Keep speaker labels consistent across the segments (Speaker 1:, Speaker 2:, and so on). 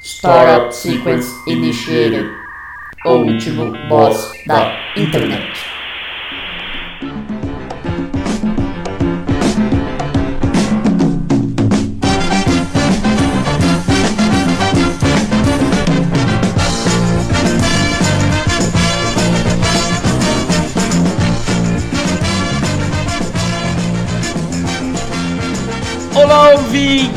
Speaker 1: Startup Sequence Initiated, o último boss da internet.
Speaker 2: Olá, ouvinte!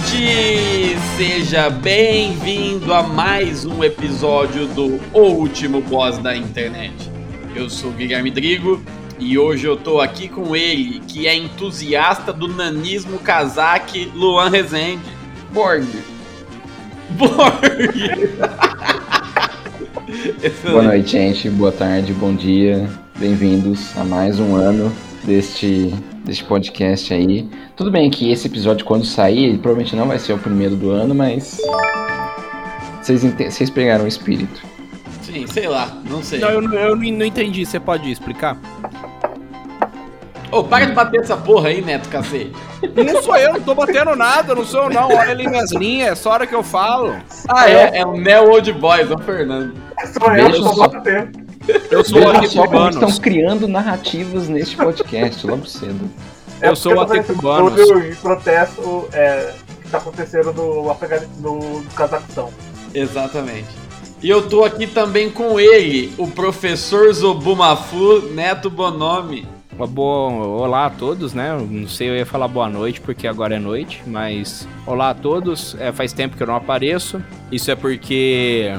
Speaker 2: Seja bem-vindo a mais um episódio do O Último Boss da Internet. Eu sou o Guilherme Drigo e hoje eu tô aqui com ele, que é entusiasta do nanismo casaque Luan Rezende. Borg. Borg!
Speaker 3: Boa noite, gente. Boa tarde, bom dia. Bem-vindos a mais um ano deste, deste podcast aí. Tudo bem que esse episódio, quando sair, ele provavelmente não vai ser o primeiro do ano, mas. Vocês, ente- vocês pegaram o espírito.
Speaker 2: Sim, sei lá, não sei.
Speaker 4: Não, eu, não- eu não entendi. Você pode explicar?
Speaker 2: Ô, para de bater essa porra aí, Neto Cacete.
Speaker 4: Não sou eu, não tô batendo nada, não sou eu não. Olha ali minhas linhas, é só a hora que eu falo.
Speaker 2: Ah, é? É o Neo Old Boys, é o Fernando.
Speaker 5: Sou eu,
Speaker 3: Veja
Speaker 5: só
Speaker 3: só.
Speaker 5: bota tempo.
Speaker 4: Eu sou o
Speaker 3: Vejam só como
Speaker 4: Aticubano.
Speaker 3: estão criando narrativas neste podcast logo cedo.
Speaker 4: Eu sou o
Speaker 5: é porque eu tô
Speaker 4: Atecubanos.
Speaker 5: fazendo estudo E protesto é, que tá acontecendo no Afeganistão, no Cazaquistão.
Speaker 2: Exatamente. E eu tô aqui também com ele, o professor Zobumafu Neto Bonomi.
Speaker 4: Uma boa... Olá a todos, né? Eu Não sei, eu ia falar boa noite, porque agora é noite, mas... Olá a todos. É, faz tempo que eu não apareço. Isso é porque...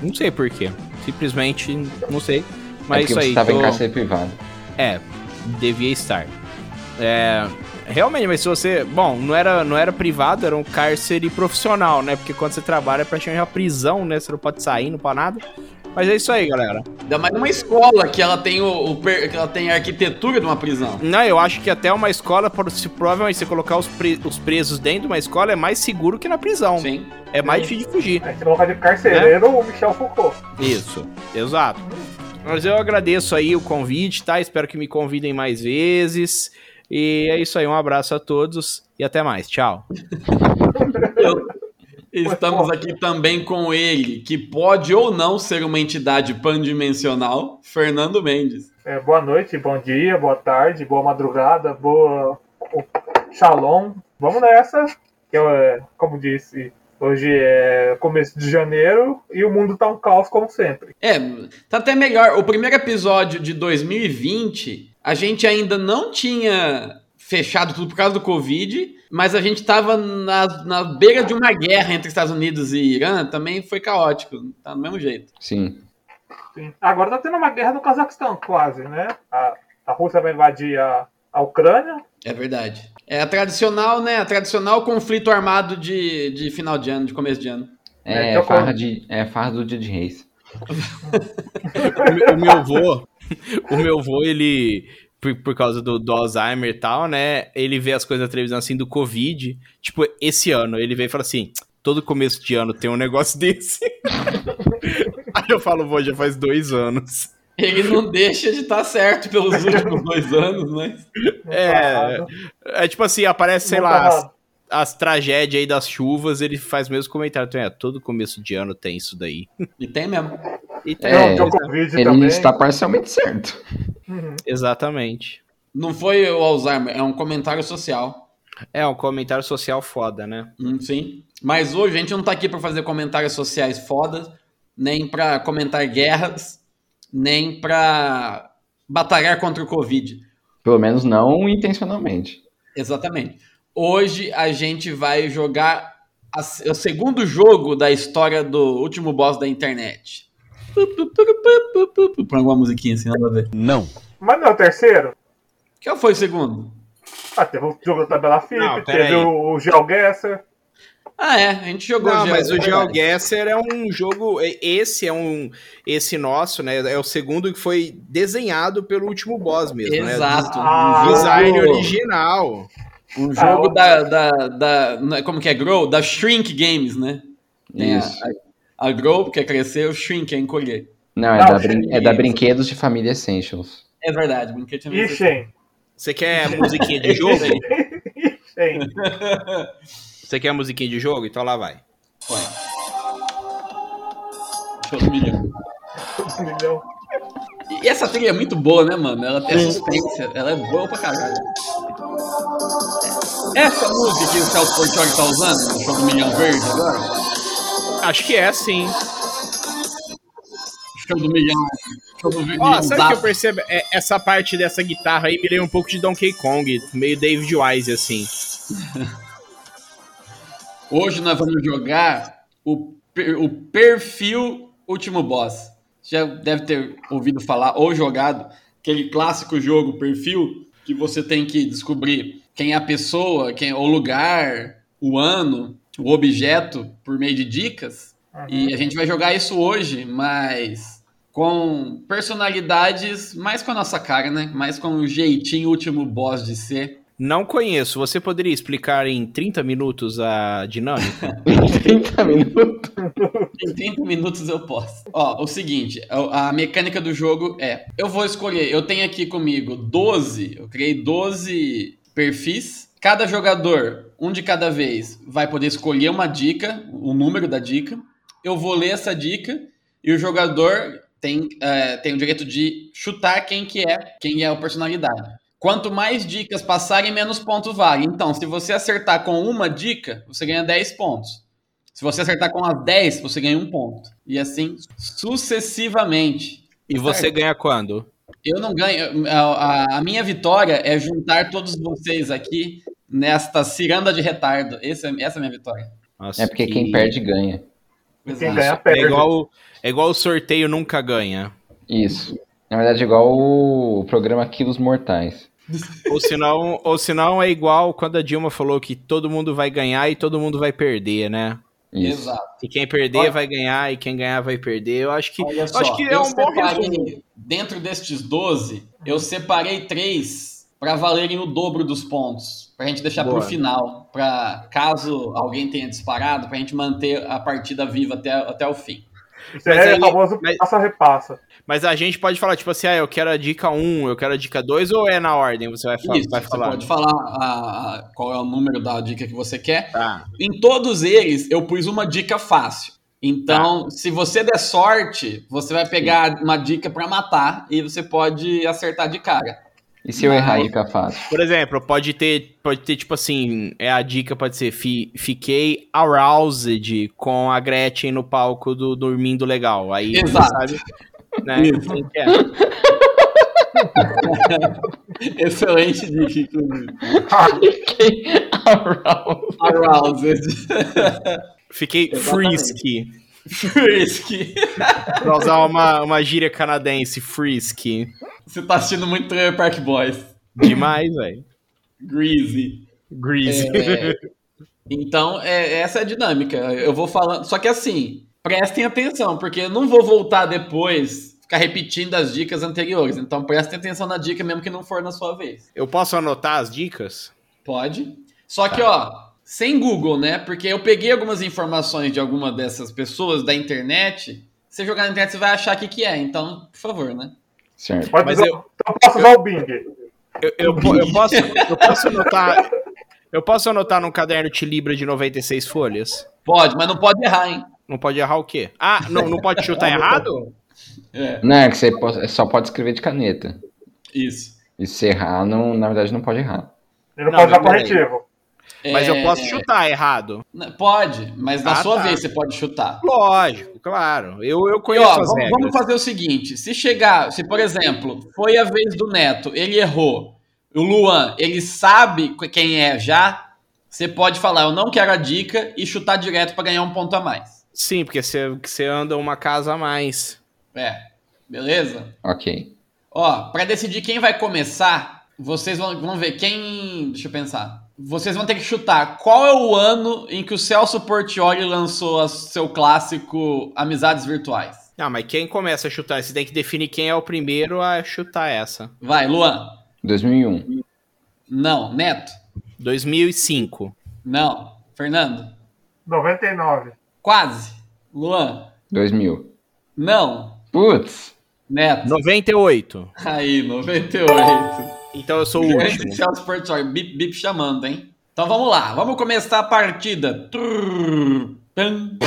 Speaker 4: Não sei por quê. Simplesmente, não sei.
Speaker 3: é
Speaker 4: Mas
Speaker 3: porque
Speaker 4: isso
Speaker 3: você
Speaker 4: aí.
Speaker 3: estava
Speaker 4: tô-
Speaker 3: em cárcere privado.
Speaker 4: É, devia estar. É, realmente, mas se você. Bom, não era, não era privado, era um cárcere profissional, né? Porque quando você trabalha é praticamente uma prisão, né? Você não pode sair, não pode nada. Mas é isso aí, galera.
Speaker 2: Ainda mais uma escola que ela tem o, o per- que ela tem a arquitetura de uma prisão.
Speaker 4: Não, eu acho que até uma escola, por- se provavelmente você colocar os, pre- os presos dentro de uma escola, é mais seguro que na prisão.
Speaker 2: Sim.
Speaker 4: É mais difícil de fugir.
Speaker 5: A gente não vai de carcereiro
Speaker 4: É?
Speaker 5: ou Michel Foucault.
Speaker 4: Isso, exato. Mas eu agradeço aí o convite, tá? Espero que me convidem mais vezes. E é isso aí, um abraço a todos e até mais. Tchau.
Speaker 2: Estamos aqui também com ele, que pode ou não ser uma entidade pandimensional, Fernando Mendes.
Speaker 5: É, boa noite, bom dia, boa tarde, boa madrugada, boa. o- Shalom. Vamos nessa. que eu, é, como disse, hoje é começo de janeiro e o mundo tá um caos como sempre.
Speaker 2: É, tá até melhor. O primeiro episódio de 2020, a gente ainda não tinha fechado tudo por causa do Covid, mas a gente tava na, na beira de uma guerra entre Estados Unidos e Irã, também foi caótico, tá do mesmo jeito.
Speaker 3: Sim.
Speaker 5: Sim. Agora tá tendo uma guerra no Cazaquistão, quase, né? A, a Rússia vai invadir a, a Ucrânia.
Speaker 2: É verdade. É a tradicional, né? A tradicional conflito armado de, de final de ano, de começo de ano.
Speaker 3: É,
Speaker 5: É, eu
Speaker 3: farra,
Speaker 5: falo.
Speaker 3: de, é farra do dia de reis.
Speaker 4: o meu- o meu avô, o meu avô, ele, por, por causa do, do Alzheimer e tal, né? Ele vê as coisas na televisão assim do Covid. Tipo, esse ano, ele veio e fala assim: todo começo de ano tem um negócio desse. Aí eu falo, vô, já faz dois anos.
Speaker 2: Ele não deixa de estar certo pelos últimos dois anos, né?
Speaker 5: Não tá
Speaker 4: É,
Speaker 5: errado.
Speaker 4: é tipo assim, aparece, sei
Speaker 5: Não tá
Speaker 4: lá, as,
Speaker 5: errado.
Speaker 4: as tragédias aí das chuvas, ele faz o mesmo comentário. Então, é, todo começo de ano tem isso daí.
Speaker 2: E tem mesmo.
Speaker 4: E tem,
Speaker 3: É,
Speaker 5: não, tem o Covid
Speaker 3: Ele
Speaker 5: também.
Speaker 3: está parcialmente certo.
Speaker 5: Uhum.
Speaker 4: Exatamente.
Speaker 2: Não foi o Alzheimer, é um comentário social.
Speaker 4: É um comentário social foda, né?
Speaker 2: Hum, sim. Mas hoje a gente não tá aqui pra fazer comentários sociais fodas, nem pra comentar guerras, nem pra batalhar contra o Covid.
Speaker 3: Pelo menos não intencionalmente.
Speaker 2: Exatamente. Hoje a gente vai jogar a- o segundo jogo da história do último boss da internet. Pra alguma musiquinha assim, nada a ver.
Speaker 5: Mas não é o terceiro?
Speaker 2: Qual foi o segundo?
Speaker 5: Ah, teve o jogo da Tabela FIP,
Speaker 4: Não, pera
Speaker 5: teve
Speaker 4: aí.
Speaker 5: o, o GeoGuessr.
Speaker 2: Ah, é, a gente jogou
Speaker 4: Não, mas o
Speaker 2: verdade.
Speaker 4: GeoGuessr é um jogo. e- Esse é um. Esse nosso, né? É o segundo que foi desenhado pelo último boss mesmo, né?
Speaker 2: Exato.
Speaker 5: Ah,
Speaker 4: Do Design
Speaker 2: jogo-
Speaker 4: original.
Speaker 2: Um
Speaker 4: Tá,
Speaker 2: jogo
Speaker 5: Ah,
Speaker 2: da, da, da- na- Como que é? Grow? Da Shrink Games, né? Tem a-
Speaker 3: Isso.
Speaker 2: A, a Grow, que é crescer, o Shrink é encolher.
Speaker 3: Não, é,
Speaker 5: Não,
Speaker 3: da, brin-
Speaker 5: sim.
Speaker 3: é da Brinquedos de Família Essentials.
Speaker 2: É verdade, brinquedo
Speaker 5: E Shen.
Speaker 4: Você quer musiquinha de jogo?
Speaker 5: Shen.
Speaker 4: Você quer musiquinha de jogo? Então lá vai.
Speaker 2: Todo milhão.
Speaker 5: Milhão.
Speaker 2: E essa trilha é muito boa, né, mano? Ela tem assistência, ela é boa pra caralho. Essa música que o Celso Portioli tá usando, no show do Milhão Verde agora,
Speaker 4: Acho que é, sim.
Speaker 2: show do Milhão, show do Milhão
Speaker 4: Ó, sabe o que eu
Speaker 2: Zap.
Speaker 4: percebo? É, essa parte dessa guitarra aí me lembra um pouco de Donkey Kong, meio David Wise, assim.
Speaker 2: Hoje nós vamos jogar o, per- o perfil Último Boss. Você já deve ter ouvido falar ou jogado aquele clássico jogo perfil que você tem que descobrir quem é a pessoa, quem é o lugar, o ano, o objeto por meio de dicas. E a gente vai jogar isso hoje, mas com personalidades mais com a nossa cara, né? Mais com o jeitinho último boss de ser.
Speaker 4: Não conheço. Você poderia explicar em 30 minutos a dinâmica?
Speaker 3: 30 minutos.
Speaker 2: Em 30 minutos eu posso. Ó, o seguinte, a a mecânica do jogo é: eu vou escolher, eu tenho aqui comigo 12, eu criei 12 perfis. Cada jogador, um de cada vez, vai poder escolher uma dica, o número da dica. Eu vou ler essa dica e o jogador tem, é, tem o direito de chutar quem que é, quem é a personalidade. Quanto mais dicas passarem, menos pontos vale. Então, se você acertar com uma dica, você ganha 10 pontos. Se você acertar com as 10, você ganha um ponto. E assim sucessivamente.
Speaker 4: E
Speaker 3: É.
Speaker 4: você ganha quando?
Speaker 2: Eu não ganho. A, a- a minha vitória é juntar todos vocês aqui nesta ciranda de retardo. Esse é- essa é a minha vitória.
Speaker 4: Nossa,
Speaker 3: É porque
Speaker 4: que-
Speaker 3: quem perde ganha.
Speaker 5: Quem
Speaker 2: Exato.
Speaker 5: ganha,
Speaker 4: É
Speaker 5: perde.
Speaker 4: igual, é igual o sorteio nunca ganha.
Speaker 3: Isso. Na verdade, é igual o programa Quilos Mortais.
Speaker 4: Ou senão, ou senão é igual quando a Dilma falou que todo mundo vai ganhar e todo mundo vai perder, né?
Speaker 3: Isso.
Speaker 2: Exato.
Speaker 4: E quem perder vai ganhar e quem ganhar vai perder. Eu acho que,
Speaker 2: Olha
Speaker 4: eu
Speaker 2: só,
Speaker 4: acho que é
Speaker 2: eu
Speaker 4: um bom
Speaker 2: separei-
Speaker 4: resumo.
Speaker 2: Dentro destes 12, eu separei três para valerem o dobro dos pontos. Pra gente deixar
Speaker 4: Boa.
Speaker 2: pro final. Pra caso alguém tenha disparado, pra gente manter a partida viva até, até o fim.
Speaker 5: Isso
Speaker 4: Mas
Speaker 5: é
Speaker 4: aí-
Speaker 5: o famoso
Speaker 4: mas-
Speaker 5: passa-repassa.
Speaker 4: Mas a gente pode falar, tipo assim, ah, eu quero a dica 1, eu quero a dica 2, ou é na ordem? Você vai, fa-
Speaker 2: Isso,
Speaker 4: vai
Speaker 2: você
Speaker 4: falar.
Speaker 2: pode falar a- a- qual é o número da dica que você quer.
Speaker 4: Tá.
Speaker 2: Em todos eles, eu pus uma dica fácil. Então, se você der sorte, você vai pegar uma dica pra matar e você pode acertar de cara.
Speaker 3: E se eu errar aí, fica fácil?
Speaker 4: Por exemplo, pode ter, pode ter tipo assim, é a dica pode ser "Fi- fiquei aroused com a Gretchen no palco do Dormindo Legal. Aí você
Speaker 2: Exato.
Speaker 4: sabe, né, quem que é.
Speaker 2: Excelente dica, inclusive.
Speaker 3: Aroused.
Speaker 2: Aroused.
Speaker 4: Fiquei
Speaker 2: Exatamente.
Speaker 4: frisky.
Speaker 2: Frisky.
Speaker 4: Pra usar uma, uma gíria canadense, frisky.
Speaker 2: Você tá assistindo muito Trailer Park Boys.
Speaker 4: Demais, velho.
Speaker 2: Greasy.
Speaker 4: Greasy.
Speaker 2: É, então, é, essa é a dinâmica. Eu vou falando. Só que assim, prestem atenção, porque eu não vou voltar depois ficar repetindo as dicas anteriores. Então, prestem atenção na dica, mesmo que não for na sua vez.
Speaker 4: Eu posso anotar as dicas?
Speaker 2: Pode. Só
Speaker 4: Tá.
Speaker 2: que, ó, sem Google, né? Porque eu peguei algumas informações de alguma dessas pessoas da internet. Se você jogar na internet, você vai achar o que, que é. Então, por favor, né?
Speaker 3: Certo.
Speaker 5: Pode
Speaker 4: Mas
Speaker 5: usar-
Speaker 4: eu-
Speaker 5: Então eu posso usar o Bing.
Speaker 4: Eu, eu, po- eu posso, eu posso anotar. Eu posso anotar num caderno de Libra de 96 folhas?
Speaker 2: Pode, mas não pode errar, hein?
Speaker 4: Não pode errar o quê? Ah, não, não pode chutar errado?
Speaker 2: É,
Speaker 3: Não, é que você po- só pode escrever de caneta.
Speaker 2: isso.
Speaker 3: E se errar, não, na verdade, não pode errar.
Speaker 5: Ele não,
Speaker 4: Não,
Speaker 5: pode
Speaker 4: mas
Speaker 5: usar corretivo.
Speaker 4: Mas
Speaker 2: É,
Speaker 4: eu posso chutar errado?
Speaker 2: n- Pode, mas na
Speaker 4: Ah,
Speaker 2: sua
Speaker 4: tá.
Speaker 2: vez você pode chutar.
Speaker 4: Lógico, claro. Eu, eu
Speaker 2: E,
Speaker 4: conheço
Speaker 2: ó,
Speaker 4: as
Speaker 2: vamos,
Speaker 4: regras.
Speaker 2: vamos fazer o seguinte: se chegar, se por exemplo, foi a vez do Neto, ele errou, o Luan, ele sabe qu- quem é já, você pode falar, eu não quero a dica e chutar direto pra ganhar um ponto a mais.
Speaker 4: Sim, porque você, que você anda uma casa a mais.
Speaker 2: É, beleza?
Speaker 3: Ok.
Speaker 2: Ó, pra decidir quem vai começar, vocês vão, vão ver quem. Deixa eu pensar. Vocês vão ter que chutar qual é o ano em que o Celso Portioli lançou a- seu clássico Amizades Virtuais.
Speaker 4: Não, Ah, mas quem começa a chutar? Você tem que definir quem é o primeiro a chutar essa.
Speaker 2: Vai, Luan.
Speaker 3: 2001.
Speaker 2: Não. Neto.
Speaker 4: 2005.
Speaker 2: Não. Fernando?
Speaker 5: 99.
Speaker 2: Quase. Luan?
Speaker 3: 2000.
Speaker 2: Não.
Speaker 3: Putz.
Speaker 2: Neto?
Speaker 4: 98.
Speaker 2: Aí, 98.
Speaker 4: Então eu sou o
Speaker 2: Grande
Speaker 4: último.
Speaker 2: Celso Portioli. Bip, bip chamando, hein? Então vamos lá. Vamos começar a partida. Trrr, pam.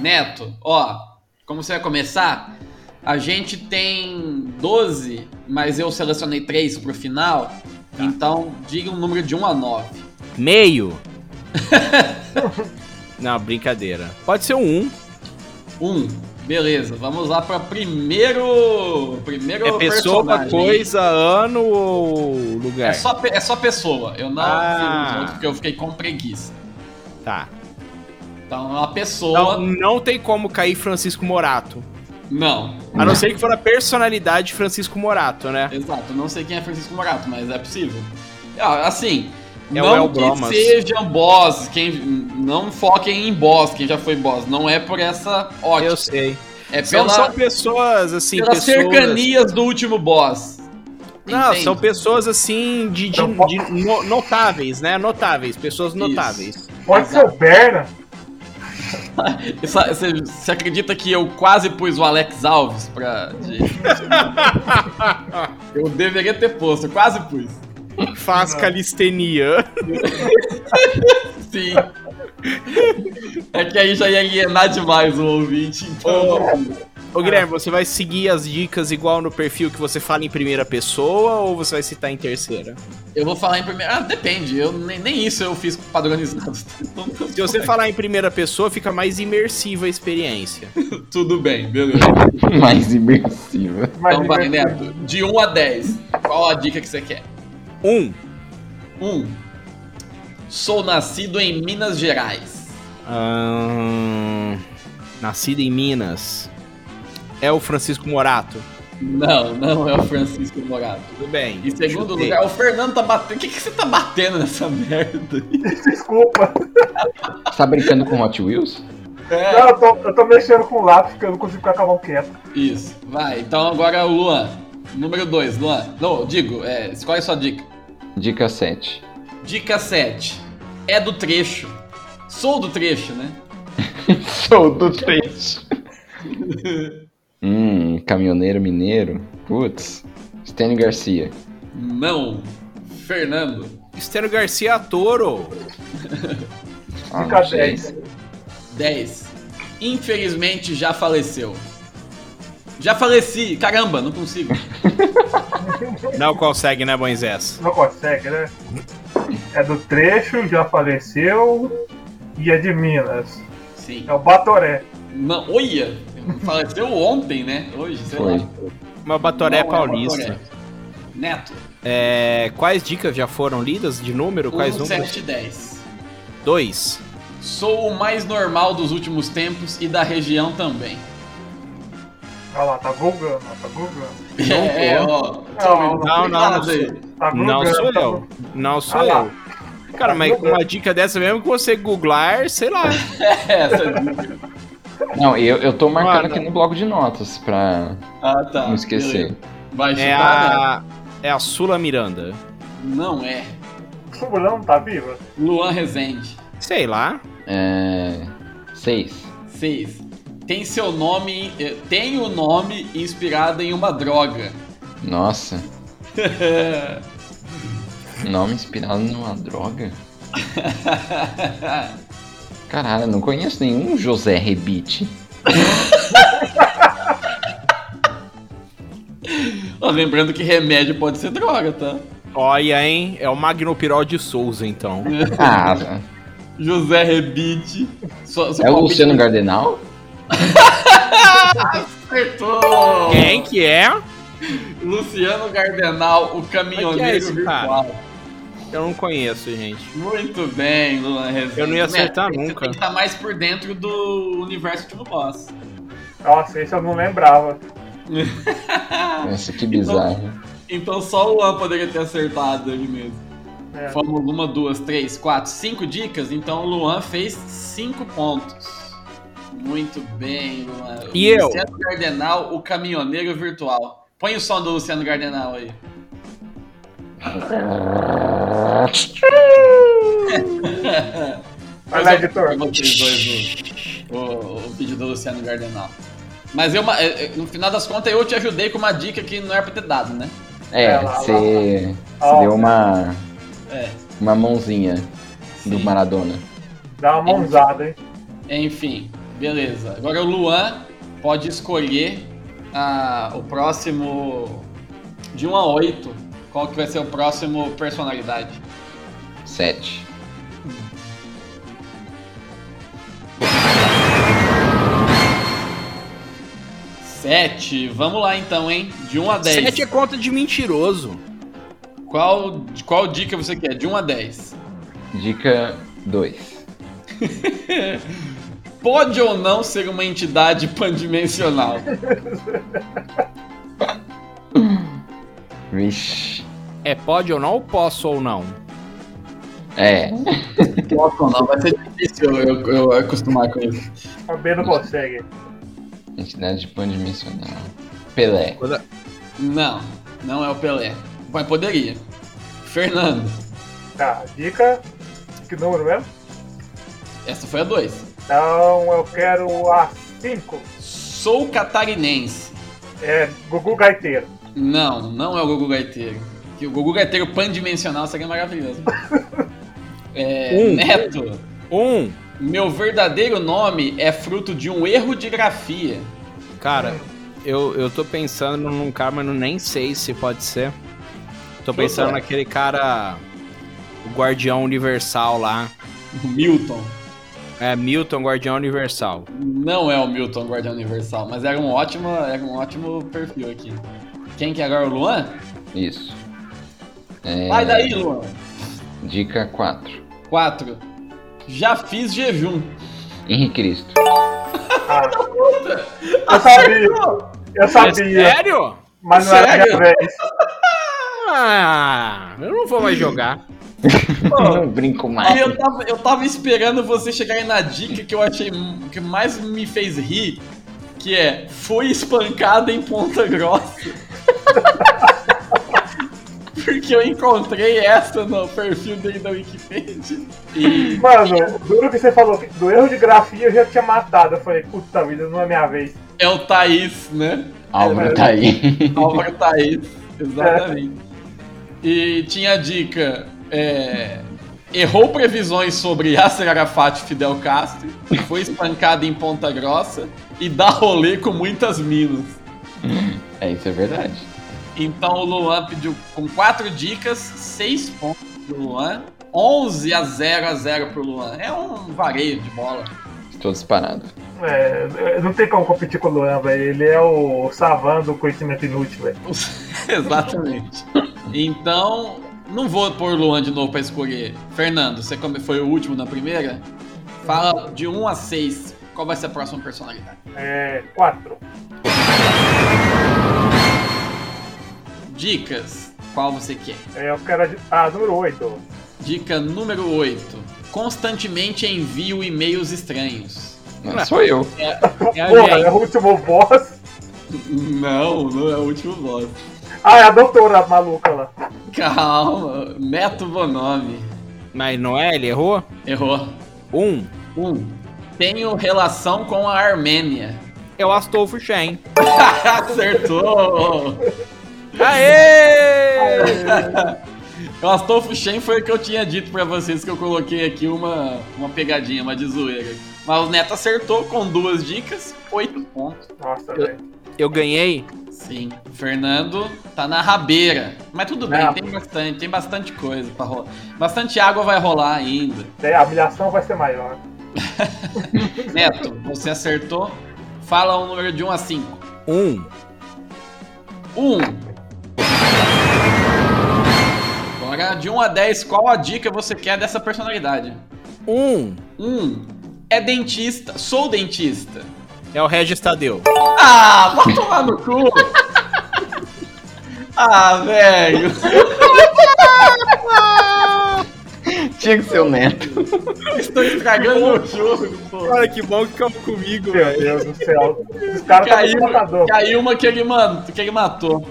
Speaker 2: Neto, ó, como você vai começar? A gente tem 12, mas eu selecionei 3 pro final. Então, diga um número de 1 a 9.
Speaker 4: Meio. Não, brincadeira. Pode ser um 1.
Speaker 2: 1. Beleza, vamos lá pra primeiro. Primeiro
Speaker 4: É pessoa,
Speaker 2: personagem.
Speaker 4: coisa, ano ou lugar?
Speaker 2: É só, pe- é só pessoa. Eu não
Speaker 4: Ah.
Speaker 2: fiz os outros porque eu fiquei com preguiça.
Speaker 4: Tá.
Speaker 2: Então, a pessoa.
Speaker 4: Então, não tem como cair Francisco Morato.
Speaker 2: Não.
Speaker 4: A não ser que for a personalidade de Francisco Morato, né?
Speaker 2: Exato. Não sei quem é Francisco Morato, mas é possível. Ah, Assim.
Speaker 4: É o El
Speaker 2: não que
Speaker 4: Bromas.
Speaker 2: sejam boss, quem, não foquem em boss, quem já foi boss. Não é por essa ótica.
Speaker 4: Eu sei.
Speaker 2: É
Speaker 4: São,
Speaker 2: pela,
Speaker 4: são pessoas, assim,
Speaker 2: pelas
Speaker 4: pessoas...
Speaker 2: cercanias do último boss.
Speaker 4: Não,
Speaker 2: Entende?
Speaker 4: são pessoas, assim, de, de-
Speaker 5: Então, po-
Speaker 4: de no- notáveis, né? Notáveis, pessoas notáveis.
Speaker 5: Pode ser o Berna.
Speaker 2: Essa- Você você acredita que eu quase pus o Alex Alves pra. de- eu deveria ter posto, eu quase pus. Uhum.
Speaker 4: Faz calistenia.
Speaker 2: Sim. É que aí já ia alienar demais o ouvinte, então.
Speaker 4: Ô, Guilherme, você vai seguir as dicas igual no perfil que você fala em primeira pessoa ou você vai citar em terceira?
Speaker 2: Eu vou falar em primeiro. Ah, depende. Eu, nem, nem isso eu fiz padronizado. Então,
Speaker 4: Se você falar em primeira pessoa, fica mais imersiva a experiência.
Speaker 2: Tudo bem, beleza.
Speaker 3: Mais imersiva.
Speaker 5: Mas
Speaker 2: então vai,
Speaker 5: ele-
Speaker 2: Neto. De 1 a 10, qual a dica que você quer?
Speaker 4: Um.
Speaker 2: 1. Sou nascido em Minas Gerais.
Speaker 4: Ahn, nascido em Minas. É o Francisco Morato.
Speaker 2: Não, não é o Francisco Morato.
Speaker 4: Tudo bem.
Speaker 2: Em segundo
Speaker 4: Chutei.
Speaker 2: lugar, o Fernando tá batendo. O que, que você tá batendo nessa merda?
Speaker 5: Desculpa.
Speaker 3: Você tá brincando com Hot Wheels?
Speaker 2: É.
Speaker 5: Não, eu, tô, eu tô mexendo com o lápis porque eu não consigo ficar com a mão quieta.
Speaker 2: Isso. Vai, então agora o Luan. Número 2, Luan. Não, digo, é, escolhe sua dica.
Speaker 3: Dica 7.
Speaker 2: Dica 7. É do trecho. Sou do trecho, né?
Speaker 3: Sou do 3. hum, caminhoneiro mineiro. Putz. Stênio Garcia.
Speaker 2: Não. Fernando.
Speaker 4: Estênio Garcia Toro.
Speaker 3: Ah,
Speaker 5: Dica
Speaker 3: não sei.
Speaker 5: 10.
Speaker 2: 10. Infelizmente já faleceu. Já faleci. Caramba, não consigo.
Speaker 4: Não consegue, né, Moisés?
Speaker 5: Não consegue, né? É do trecho, já faleceu. E é de Minas.
Speaker 2: Sim.
Speaker 5: É o Batoré.
Speaker 2: Não, olha. Faleceu ontem, né? Hoje, sei
Speaker 3: Foi.
Speaker 2: lá.
Speaker 4: Uma Batoré
Speaker 2: Não é
Speaker 4: paulista.
Speaker 2: Batoré. Neto.
Speaker 4: É, quais dicas já foram lidas de número? Quais
Speaker 2: 1,
Speaker 4: números?
Speaker 2: 7, 10.
Speaker 4: Dois.
Speaker 2: Sou o mais normal dos últimos tempos e da região também.
Speaker 5: Olha lá, tá vulgando, ó, tá vulgando.
Speaker 2: É, ó.
Speaker 5: Não,
Speaker 4: Não, não, não sou,
Speaker 5: Tá
Speaker 4: não
Speaker 5: vulgando,
Speaker 4: sou
Speaker 5: tá
Speaker 4: eu.
Speaker 5: vulgando.
Speaker 4: Não sou
Speaker 5: Ah lá.
Speaker 4: eu. Cara, mas com uma dica dessa mesmo é que você googlar, sei lá.
Speaker 2: É, essa dica.
Speaker 3: Não, eu, eu tô marcando
Speaker 4: Mano.
Speaker 3: aqui no bloco de notas pra
Speaker 2: Ah, tá.
Speaker 3: não esquecer.
Speaker 2: beleza. Vai chutar,
Speaker 4: É
Speaker 2: né?
Speaker 4: a, é a Sula Miranda.
Speaker 2: Não é.
Speaker 5: O Fulano tá viva?
Speaker 2: Luan Rezende.
Speaker 4: Sei lá.
Speaker 3: É. 6.
Speaker 2: 6. Tem seu nome. eh, Tem o nome inspirado em uma droga.
Speaker 3: Nossa. Nome inspirado numa droga? Caralho, eu não conheço nenhum José Rebite.
Speaker 2: Ó, Lembrando que remédio pode ser droga, tá?
Speaker 4: Olha, hein? É o Magnopirol de Souza, então.
Speaker 3: Ah,
Speaker 2: José Rebite. Sua- seu
Speaker 3: é o
Speaker 2: palpite-
Speaker 3: Luciano Gardenal?
Speaker 2: Acertou!
Speaker 4: Quem que é?
Speaker 2: Luciano Gardenal, o
Speaker 4: Mas que é
Speaker 2: caminhoneiro
Speaker 4: esse
Speaker 2: virtual.
Speaker 4: Eu não conheço, gente.
Speaker 2: Muito bem, Luan Rezende.
Speaker 4: Eu não ia acertar
Speaker 2: Neto, Você
Speaker 4: nunca.
Speaker 2: tem que estar mais por dentro do universo de um boss.
Speaker 5: Nossa, esse eu não lembrava.
Speaker 3: Nossa, que bizarro.
Speaker 2: Então só o Luan poderia ter acertado ele mesmo.
Speaker 5: É.
Speaker 2: Fomos uma, duas, três, quatro, cinco dicas. Então o Luan fez cinco pontos. Muito bem, Luan.
Speaker 4: E eu?
Speaker 2: Luciano Gardenal, o caminhoneiro virtual. Põe o som do Luciano Gardenal aí.
Speaker 5: Vai
Speaker 2: Mas
Speaker 5: lá,
Speaker 2: eu-
Speaker 5: editor.
Speaker 2: eu vou ter os dois, o, o- o vídeo do Luciano Gardenal. Mas eu, ma- eh, eh, no final das contas, eu te ajudei com uma dica que não era pra ter dado, né?
Speaker 3: É,
Speaker 5: lá, lá,
Speaker 3: você
Speaker 5: Ó.
Speaker 3: deu uma,
Speaker 2: É.
Speaker 3: uma mãozinha do
Speaker 2: Sim.
Speaker 3: Maradona.
Speaker 5: Dá uma mãozada, hein?
Speaker 2: Enfim, Beleza. Agora o Luan pode escolher ah, o próximo. De 1 a 8. Qual que vai ser o próximo personalidade?
Speaker 3: 7.
Speaker 2: Sete. Vamos lá então, hein? De 1 a 10.
Speaker 4: 7 é conta de mentiroso.
Speaker 2: Qual, qual dica você quer? De 1 a 10.
Speaker 3: Dica 2.
Speaker 2: Pode ou não ser uma entidade pandimensional?
Speaker 3: Vixe.
Speaker 4: É pode ou não, ou posso ou não?
Speaker 3: É.
Speaker 2: Posso ou não? Vai ser difícil eu, eu acostumar com isso.
Speaker 5: A B não consegue.
Speaker 3: Entidade pandimensional. Pelé.
Speaker 2: Não, não é o Pelé. Mas poderia. Fernando,
Speaker 5: Tá, dica. Que número mesmo?
Speaker 2: essa foi a 2.
Speaker 5: Então eu quero a 5.
Speaker 2: Sou catarinense.
Speaker 5: É Gugu Gaiteiro.
Speaker 2: Não, não é o Gugu Gaiteiro. Que o Gugu Gaiteiro pandimensional seria maravilhoso. É,
Speaker 4: Um.
Speaker 2: Neto,
Speaker 4: Um.
Speaker 2: meu verdadeiro nome é fruto de um erro de grafia.
Speaker 4: Cara, eu, eu tô pensando num cara, mas eu nem sei se pode ser. Tô pensando
Speaker 2: Puta.
Speaker 4: naquele cara. O Guardião Universal lá.
Speaker 2: Milton.
Speaker 4: É, Milton Guardião Universal.
Speaker 2: Não é o Milton Guardião Universal, mas era um ótimo, era um ótimo perfil aqui. Quem que é agora o Luan?
Speaker 3: Isso. É,
Speaker 2: Vai daí, Luan.
Speaker 3: Dica 4.
Speaker 2: 4. Já fiz jejum.
Speaker 3: Henrique Cristo.
Speaker 5: Ah, eu sabia. Eu sabia.
Speaker 4: Sério?
Speaker 5: Mas não era
Speaker 4: É? Sério?
Speaker 5: minha vez.
Speaker 4: Ah, eu não vou mais jogar.
Speaker 3: Não brinco mais.
Speaker 2: E eu tava, eu tava esperando você chegar aí na dica que eu achei m- que mais me fez rir, que é fui espancado em Ponta Grossa. Porque eu encontrei essa no perfil dele da Wikipedia. E
Speaker 5: Mano, duro que você falou que do erro de grafia eu já tinha matado. Eu falei, puta vida, não é minha vez.
Speaker 2: é o Thaís, né?
Speaker 3: Álvaro tá aí.
Speaker 2: Álvaro Thaís, tá exatamente. E tinha a dica: é, errou previsões sobre Yasser Arafat e Fidel Castro, foi espancado em Ponta Grossa e dá rolê com muitas minas.
Speaker 3: É, isso é verdade.
Speaker 2: Então o Luan pediu com quatro dicas, seis pontos pro Luan. 11 a 0 a 0 pro Luan. É um vareio de bola.
Speaker 3: Estou disparado.
Speaker 5: É, não tem como competir com o Luan, velho. Ele é o savan do conhecimento inútil, velho.
Speaker 2: Exatamente. Então, não vou pôr o Luan de novo pra escolher. Fernando, você come- foi o último na primeira? Fala de 1 a 6. Qual vai ser a próxima personalidade?
Speaker 5: É, 4.
Speaker 2: Dicas. Qual você quer?
Speaker 5: É, Eu quero a di- a número 8.
Speaker 2: Dica número 8. Constantemente envio e-mails estranhos.
Speaker 3: Não, sou eu.
Speaker 4: É a
Speaker 5: Porra,
Speaker 4: gente.
Speaker 5: é o último boss.
Speaker 2: Não, não é o último voto.
Speaker 5: Ah, é a doutora maluca lá.
Speaker 2: Calma. Neto Bonomi.
Speaker 4: Mas não é? Ele errou?
Speaker 2: Errou.
Speaker 4: Um.
Speaker 2: Um. Tenho relação com a Armênia.
Speaker 4: É o Astolfo Shen.
Speaker 2: Acertou!
Speaker 4: Aê!
Speaker 2: O Astolfo Shen foi o que eu tinha dito pra vocês que eu coloquei aqui uma, uma pegadinha, uma de zoeira. Mas o Neto acertou com duas dicas, oito pontos.
Speaker 5: Nossa, velho.
Speaker 4: Eu ganhei?
Speaker 2: Sim. Fernando tá na rabeira. Mas tudo bem,
Speaker 5: Não.
Speaker 2: tem bastante, tem bastante coisa pra rolar. Bastante água vai rolar ainda.
Speaker 5: É, A humilhação vai ser maior.
Speaker 2: Neto, você acertou. Fala um número de 1 a Um. 5.
Speaker 4: Um.
Speaker 2: 1. Agora, de 1 a 10, qual a dica você quer dessa personalidade?
Speaker 4: Um.
Speaker 2: 1. É dentista. Sou dentista.
Speaker 4: É o Regis Tadeu.
Speaker 2: Ah, vai tomar no cu! ah, velho!
Speaker 3: Tinha que ser o neto.
Speaker 2: Estou estragando o jogo, pô.
Speaker 4: Cara, que bom que acabou comigo,
Speaker 5: Meu Deus do céu. Os caras estão
Speaker 2: Caiu,
Speaker 5: muito matador.
Speaker 2: caiu uma que ele, man- que ele matou.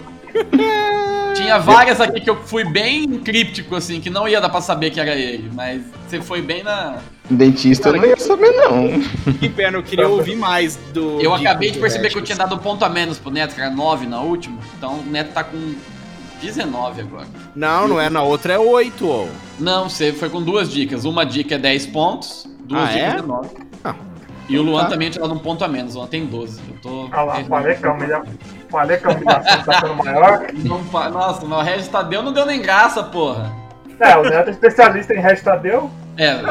Speaker 2: Tinha várias aqui que eu fui bem críptico, assim, que não ia dar pra saber que era ele, mas você foi bem na.
Speaker 3: Dentista eu não ia saber, não.
Speaker 4: Que pena, eu queria ouvir mais do.
Speaker 2: Eu acabei de perceber que eu tinha dado um ponto a menos pro Neto, que era 9 na última, então o Neto tá com 19 agora.
Speaker 4: Não, não é na outra, é oito. ô.
Speaker 2: Não, você foi com duas dicas. Uma dica é 10 pontos, duas
Speaker 4: Ah,
Speaker 2: dicas
Speaker 4: é?
Speaker 2: é 9.
Speaker 4: Ah.
Speaker 2: E o Luan também tinha dado um ponto a menos, o Luan tem 12. Eu tô.
Speaker 5: Olha Ah lá, falei é que a humilha- falei que a humilhação tá sendo maior.
Speaker 2: Não fa- Nossa, mas o Regis Tadeu não deu nem graça, porra.
Speaker 5: É, o Neto é especialista em Restadeu.
Speaker 2: É, é,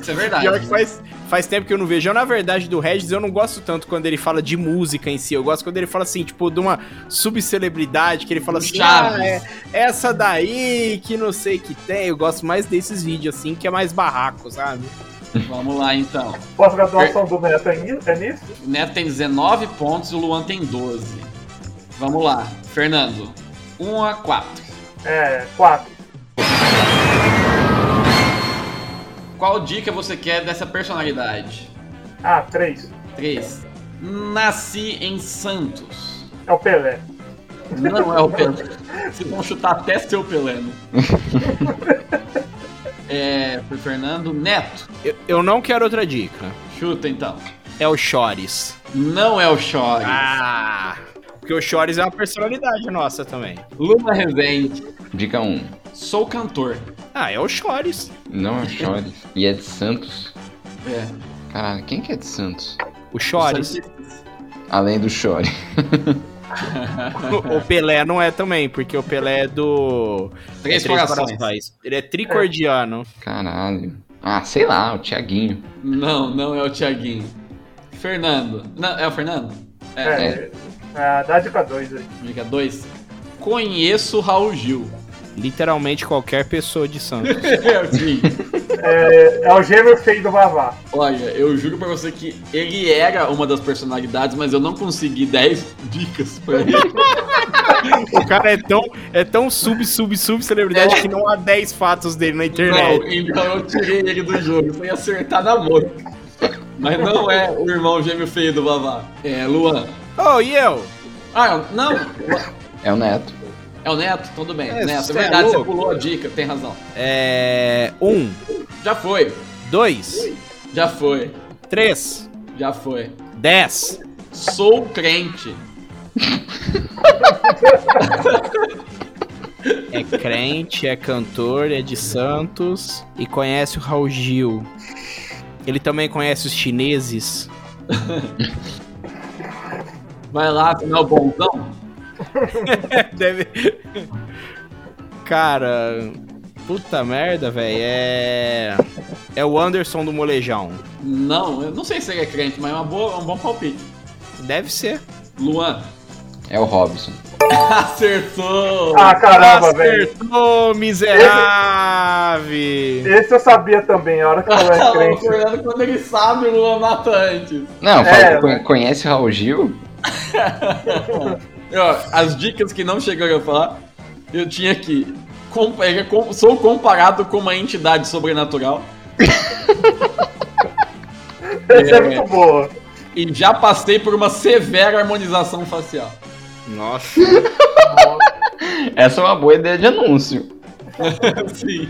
Speaker 2: isso é verdade.
Speaker 4: Pior que faz, faz tempo que eu não vejo. Eu, na verdade, do Regis, eu não gosto tanto quando ele fala de música em si. Eu gosto quando ele fala assim, tipo, de uma subcelebridade, que ele fala
Speaker 2: Do
Speaker 4: assim,
Speaker 2: Chaves.
Speaker 4: ah, é essa daí que não sei que tem. Eu gosto mais desses vídeos, assim, que é mais barraco, sabe?
Speaker 2: Vamos lá então.
Speaker 5: Pós-graduação do Neto é ni- é nisso?
Speaker 2: O Neto tem 19 pontos e o Luan tem 12. Vamos lá. Fernando, 1 a 4.
Speaker 5: É, quatro.
Speaker 2: Qual dica você quer dessa personalidade?
Speaker 5: Ah, três.
Speaker 2: 3. Nasci em Santos.
Speaker 5: É o Pelé.
Speaker 2: Não é o Pelé. Vocês vão chutar até seu Pelé. né? É, pro Fernando Neto.
Speaker 4: Eu, eu não quero outra dica.
Speaker 2: Chuta então.
Speaker 4: É o Chores.
Speaker 2: Não é o Chore.
Speaker 4: Ah! Porque o Chores é uma personalidade nossa também.
Speaker 2: Luna Rezende.
Speaker 3: Dica 1.
Speaker 2: Sou cantor.
Speaker 4: Ah, é o Chores.
Speaker 3: Não é Chores. E é de Santos?
Speaker 2: É.
Speaker 3: Caralho, quem que é de Santos?
Speaker 4: O Chores.
Speaker 3: Além do Chore.
Speaker 4: O Pelé não é também, porque o Pelé é do.
Speaker 2: Três
Speaker 4: é
Speaker 2: Corações.
Speaker 4: Ele é tricordiano.
Speaker 3: Caralho. Ah, sei lá, o Thiaguinho.
Speaker 2: Não, não é o Thiaguinho. Fernando. Não, é o Fernando? É.
Speaker 5: É, é, dá a dica dois aí.
Speaker 2: Dica 2. Conheço o Raul Gil.
Speaker 4: Literalmente qualquer pessoa de Santos.
Speaker 2: Sim.
Speaker 5: É, é o gêmeo feio do Vavá.
Speaker 2: Olha, eu juro pra você que ele era uma das personalidades, mas eu não consegui 10 dicas pra ele.
Speaker 4: o cara é tão, é tão sub, sub, sub celebridade que não há 10 fatos dele na internet.
Speaker 2: Não,
Speaker 5: é.
Speaker 2: então eu tirei ele do jogo. Foi acertar na mão. Mas não é o irmão gêmeo feio do Vavá. É Luan.
Speaker 4: Oh, e eu?
Speaker 2: Ah, não.
Speaker 3: É o Neto.
Speaker 2: É o Neto? Tudo bem.
Speaker 4: É,
Speaker 2: Neto,
Speaker 4: cê
Speaker 2: é
Speaker 4: é
Speaker 2: verdade, você
Speaker 4: louco.
Speaker 2: pulou a dica, tem razão.
Speaker 4: É. Um,
Speaker 2: Já foi.
Speaker 4: dois,
Speaker 2: Já foi.
Speaker 4: três,
Speaker 2: Já foi.
Speaker 4: dez.
Speaker 2: Sou crente.
Speaker 4: É crente, é cantor, é de Santos e conhece o Raul Gil. Ele também conhece os chineses.
Speaker 2: Vai lá, final bonzão.
Speaker 4: Deve. Cara, puta merda, velho. É. É o Anderson do Molejão.
Speaker 2: Não, eu não sei se ele é crente, mas é uma boa, um bom palpite.
Speaker 4: Deve ser.
Speaker 2: Luan.
Speaker 3: É o Robson.
Speaker 2: Acertou!
Speaker 5: Ah, caramba, velho.
Speaker 4: Acertou, miserável!
Speaker 5: Esse eu sabia também, a hora que eu era
Speaker 2: o
Speaker 5: crente.
Speaker 2: Fernando, quando ele sabe, o Luan mata antes.
Speaker 3: Não,
Speaker 5: É,
Speaker 3: fala-
Speaker 5: mas-
Speaker 3: conhece o Raul Gil?
Speaker 2: Ó, as dicas que não chegaram a falar, eu tinha aqui. com- ele é com- sou comparado com uma entidade sobrenatural
Speaker 5: Esse
Speaker 2: É.
Speaker 5: é muito boa.
Speaker 2: e já passei por uma severa harmonização facial.
Speaker 4: Nossa,
Speaker 3: Essa é uma boa ideia de anúncio.
Speaker 2: Sim.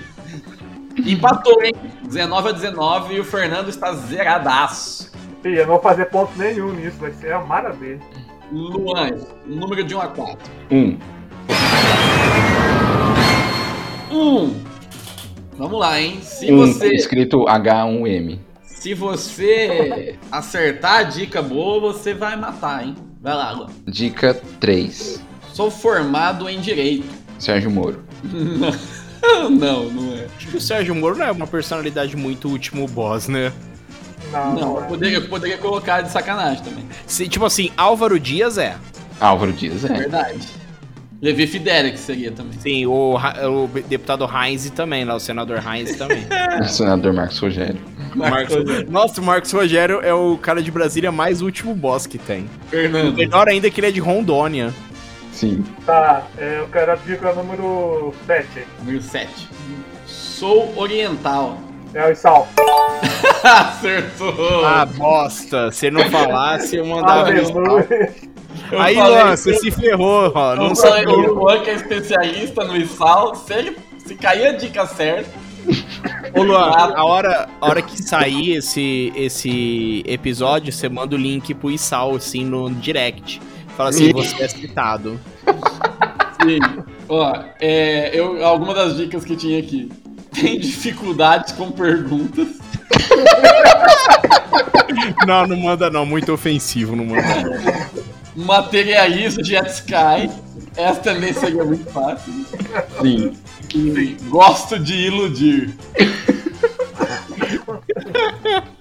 Speaker 2: Empatou, hein? 19 a 19 e o Fernando está zeradaço.
Speaker 5: Ih, eu não vou fazer ponto nenhum nisso, vai ser a maravilha.
Speaker 2: Luan, número de 1 a 4.
Speaker 3: Um.
Speaker 2: 1. Vamos lá, hein? Se
Speaker 3: um
Speaker 2: você.
Speaker 3: escrito H1M.
Speaker 2: Se você acertar a dica boa, você vai matar, hein? Vai lá, Luan.
Speaker 3: Dica 3.
Speaker 2: Sou formado em direito.
Speaker 3: Sérgio Moro.
Speaker 2: não, não é.
Speaker 4: acho que o Sérgio Moro não é uma personalidade muito último boss, né?
Speaker 5: Não,
Speaker 2: Não, eu
Speaker 5: não é.
Speaker 2: poderia, eu poderia colocar de sacanagem também.
Speaker 4: Se- tipo assim, Álvaro Dias é.
Speaker 3: Álvaro Dias, é.
Speaker 2: Verdade. Levi Fidelix seria também.
Speaker 4: Sim, o, Ra- o deputado Heinz também, lá, o senador Heinz também.
Speaker 3: O senador Marcos Rogério.
Speaker 4: Marcos Rogério. Nossa, o Marcos Rogério é o cara de Brasília mais último boss que tem.
Speaker 2: Fernando.
Speaker 4: Melhor ainda que ele é de Rondônia.
Speaker 3: Sim.
Speaker 5: Tá, é, eu quero a dica número 7.
Speaker 2: Número 7. Sou oriental.
Speaker 5: É o Isal.
Speaker 2: Acertou!
Speaker 4: Ah, bosta. Se não falasse, eu
Speaker 5: Tá
Speaker 4: mandava.
Speaker 5: Aleluia.
Speaker 2: Eu
Speaker 4: Aí,
Speaker 2: falei-
Speaker 4: Luan, você se ferrou, ó.
Speaker 2: Eu
Speaker 4: Não
Speaker 2: falei,
Speaker 4: sabia.
Speaker 2: o Luan que é especialista no Issal, se, ele, se cair a dica certa,
Speaker 4: Ô, Luan, a hora, a hora que sair esse, esse episódio, você manda o link pro Isal, assim, no direct. Fala assim, você é citado.
Speaker 2: Sim. Ó, é, eu, alguma das dicas que tinha aqui. Tem dificuldades com perguntas.
Speaker 4: Não, não manda não, muito ofensivo, não manda não.
Speaker 2: Materializa Jet Sky. Essa também seria muito fácil.
Speaker 3: Sim.
Speaker 2: Sim. Gosto de iludir.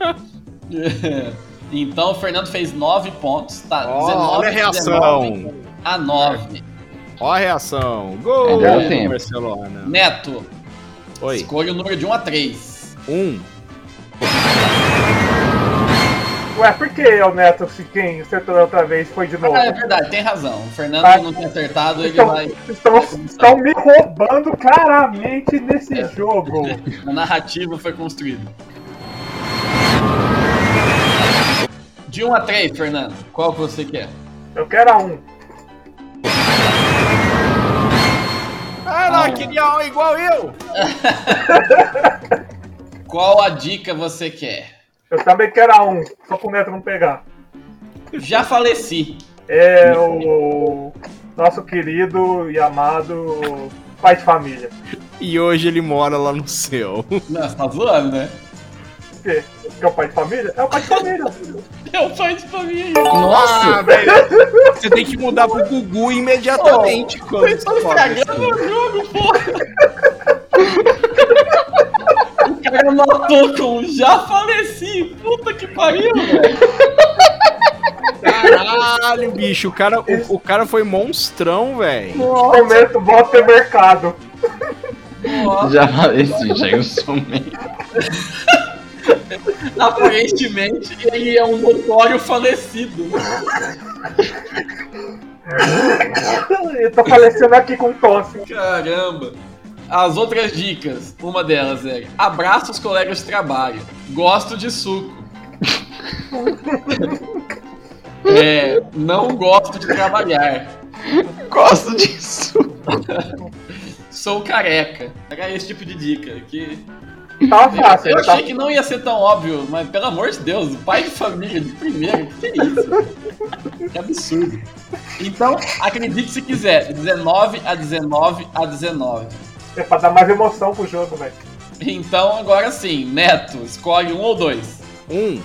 Speaker 2: É. Então o Fernando fez 9 pontos. Tá,
Speaker 4: Ó,
Speaker 2: 19,
Speaker 4: olha a reação.
Speaker 2: 19 a 9.
Speaker 4: Ó a reação. Gol!
Speaker 3: Ainda dá tempo.
Speaker 4: Barcelona.
Speaker 2: Neto,
Speaker 4: Oi.
Speaker 2: escolha o número de 1 a 3.
Speaker 4: Um.
Speaker 5: Ué, por que o Neto, se quem acertou da outra vez, foi de novo?
Speaker 2: Ah, é verdade, tem razão. O Fernando
Speaker 4: Tá.
Speaker 5: Vai.
Speaker 2: não tem acertado, ele
Speaker 5: Então-
Speaker 2: vai.
Speaker 5: Estão, estão me roubando claramente nesse jogo.
Speaker 2: A narrativa foi construída. De 1 a 3, Fernando, qual que você quer?
Speaker 5: Eu quero a um.
Speaker 4: Ah, não, queria um igual eu!
Speaker 2: Qual a dica você quer?
Speaker 5: Eu também quero a um. Só pro Neto não pegar.
Speaker 2: Já faleci.
Speaker 5: É o nosso querido e amado pai de família.
Speaker 4: E hoje ele mora lá no céu.
Speaker 2: Não, você tá zoando, né?
Speaker 5: Por quê? Porque é o pai de família? É o pai de família.
Speaker 2: É o pai de família.
Speaker 4: Nossa! Ah, velho! Você tem que mudar pro Gugu imediatamente. quando você fala isso.
Speaker 2: o jogo, porra! o cara matou com um já faleci! Puta que pariu, velho!
Speaker 4: Caralho, bicho, o cara, o, o cara foi monstrão, velho.
Speaker 5: Momento bota é mercado.
Speaker 3: Já falei assim, já eu sou meio.
Speaker 2: Aparentemente, ele é um notório falecido.
Speaker 5: Eu tô falecendo aqui com tosse.
Speaker 2: Caramba! As outras dicas, uma delas é abraça os colegas de trabalho, gosto de suco. É, não gosto de trabalhar,
Speaker 3: Gosto disso.
Speaker 2: sou careca. Era esse tipo de dica que
Speaker 5: Tava fácil.
Speaker 2: Ah, Eu
Speaker 5: né? Tava-
Speaker 2: achei que não ia ser tão óbvio, mas pelo amor de Deus, pai de família de primeiro, que é isso? Que absurdo. Então, acredite se quiser, 19 a 19 a 19.
Speaker 5: É pra dar mais emoção pro jogo, velho.
Speaker 2: Então, agora sim, Neto, escolhe um ou dois.
Speaker 4: Um.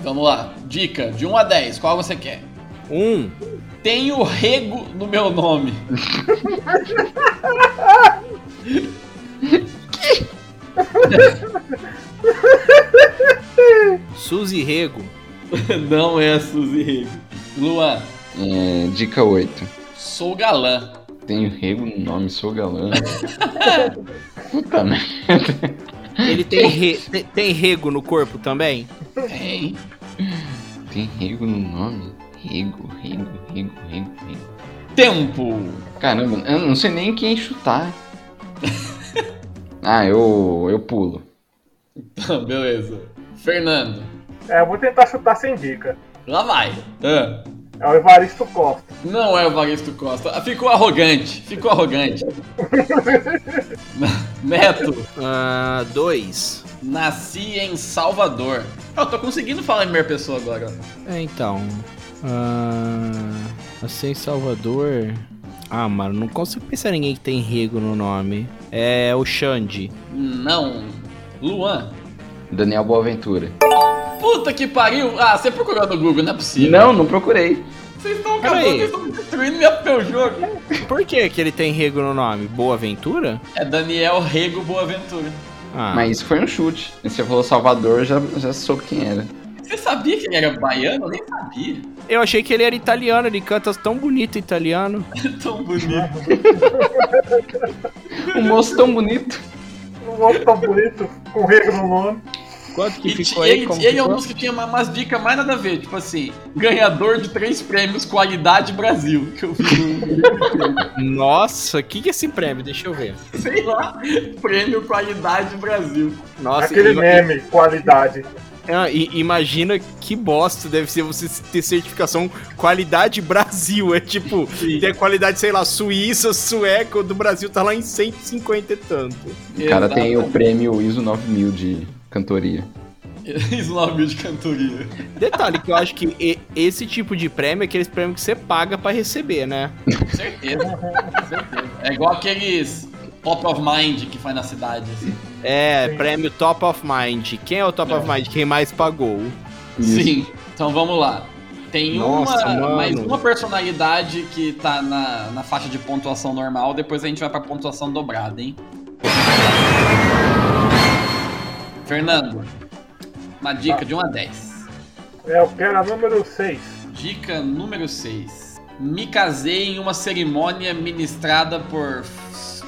Speaker 2: Vamos lá, dica, de 1 a 10, qual você quer?
Speaker 4: Um.
Speaker 2: Tenho rego no meu nome.
Speaker 4: Suzy Rego.
Speaker 2: Não é Suzy Rego. Luan,
Speaker 3: É, dica 8.
Speaker 2: sou galã.
Speaker 3: Tenho rego no nome, sou galã. Puta merda.
Speaker 4: Ele tem, re- te- tem rego no corpo também?
Speaker 2: Tem.
Speaker 3: Tem rego no nome? Rego, rego, rego, rego, rego.
Speaker 2: Tempo.
Speaker 3: Caramba, eu não sei nem quem chutar. Ah, eu, eu pulo.
Speaker 2: Tá, Beleza. Fernando,
Speaker 5: É, eu vou tentar chutar sem dica.
Speaker 2: lá vai. Ah.
Speaker 5: É o Evaristo Costa.
Speaker 2: Não é o Evaristo Costa. Ficou arrogante. Ficou arrogante. Neto,
Speaker 4: Ah, dois.
Speaker 2: nasci em Salvador. Eu tô conseguindo falar em primeira pessoa agora.
Speaker 4: É, então. Ah, assim, Salvador. Ah, mano, não consigo pensar em ninguém que tem rego no nome. É o Xande.
Speaker 2: Não. Luan.
Speaker 3: Daniel Boaventura.
Speaker 2: Puta que pariu. Ah, você procurou no Google, não é possível.
Speaker 3: Não, não procurei.
Speaker 2: Vocês estão
Speaker 4: Pera
Speaker 2: acabando,
Speaker 4: aí.
Speaker 2: vocês estão destruindo minha- meu jogo.
Speaker 4: Por que, que ele tem rego no nome? Boa Ventura?
Speaker 2: É Daniel Rego Boaventura.
Speaker 4: Ah,
Speaker 3: Mas isso foi um chute. Você falou Salvador, eu já, já soube quem era.
Speaker 2: Você sabia que ele era baiano? Eu nem sabia.
Speaker 4: eu achei que ele era italiano, ele canta tão bonito italiano.
Speaker 2: É Tão bonito.
Speaker 3: Um moço tão bonito.
Speaker 5: Um outro tão bonito, com rego no nome.
Speaker 4: Quanto que
Speaker 2: E ti-
Speaker 4: ficou aí?
Speaker 2: ele,
Speaker 4: Como
Speaker 2: ele é um
Speaker 4: ficou?
Speaker 2: dos que tinha uma- umas dicas mais nada a ver, tipo assim, ganhador de três prêmios Qualidade Brasil, que eu vi
Speaker 4: Nossa, o que, que é esse prêmio? Deixa eu ver.
Speaker 2: no, sei lá, prêmio Qualidade Brasil.
Speaker 4: Nossa,
Speaker 5: Aquele
Speaker 4: ima-
Speaker 5: meme, qualidade.
Speaker 4: Ah, i- imagina que bosta deve ser você ter certificação qualidade Brasil. É tipo,
Speaker 2: Sim,
Speaker 4: ter qualidade, sei lá, suíça, sueca, o do Brasil tá lá em 150 e tanto.
Speaker 3: O cara tem o prêmio ISO 9000 de cantoria.
Speaker 2: Islâmio de cantoria.
Speaker 4: Detalhe que eu acho que e- esse tipo de prêmio é aqueles prêmios que você paga pra receber, né?
Speaker 2: Certeza, certeza. É igual aqueles top of mind que faz na cidade. Assim.
Speaker 4: É, prêmio Top of Mind. Quem é o Top of Mind? Quem mais pagou?
Speaker 2: Sim, então vamos lá. Tem
Speaker 4: Nossa,
Speaker 2: uma,
Speaker 4: mano.
Speaker 2: mais uma personalidade que tá na, na faixa de pontuação normal, depois a gente vai pra pontuação dobrada, hein? Fernando, uma dica de 1 a 10.
Speaker 5: É, Eu quero a número 6.
Speaker 2: Dica número 6. Me casei em uma cerimônia ministrada por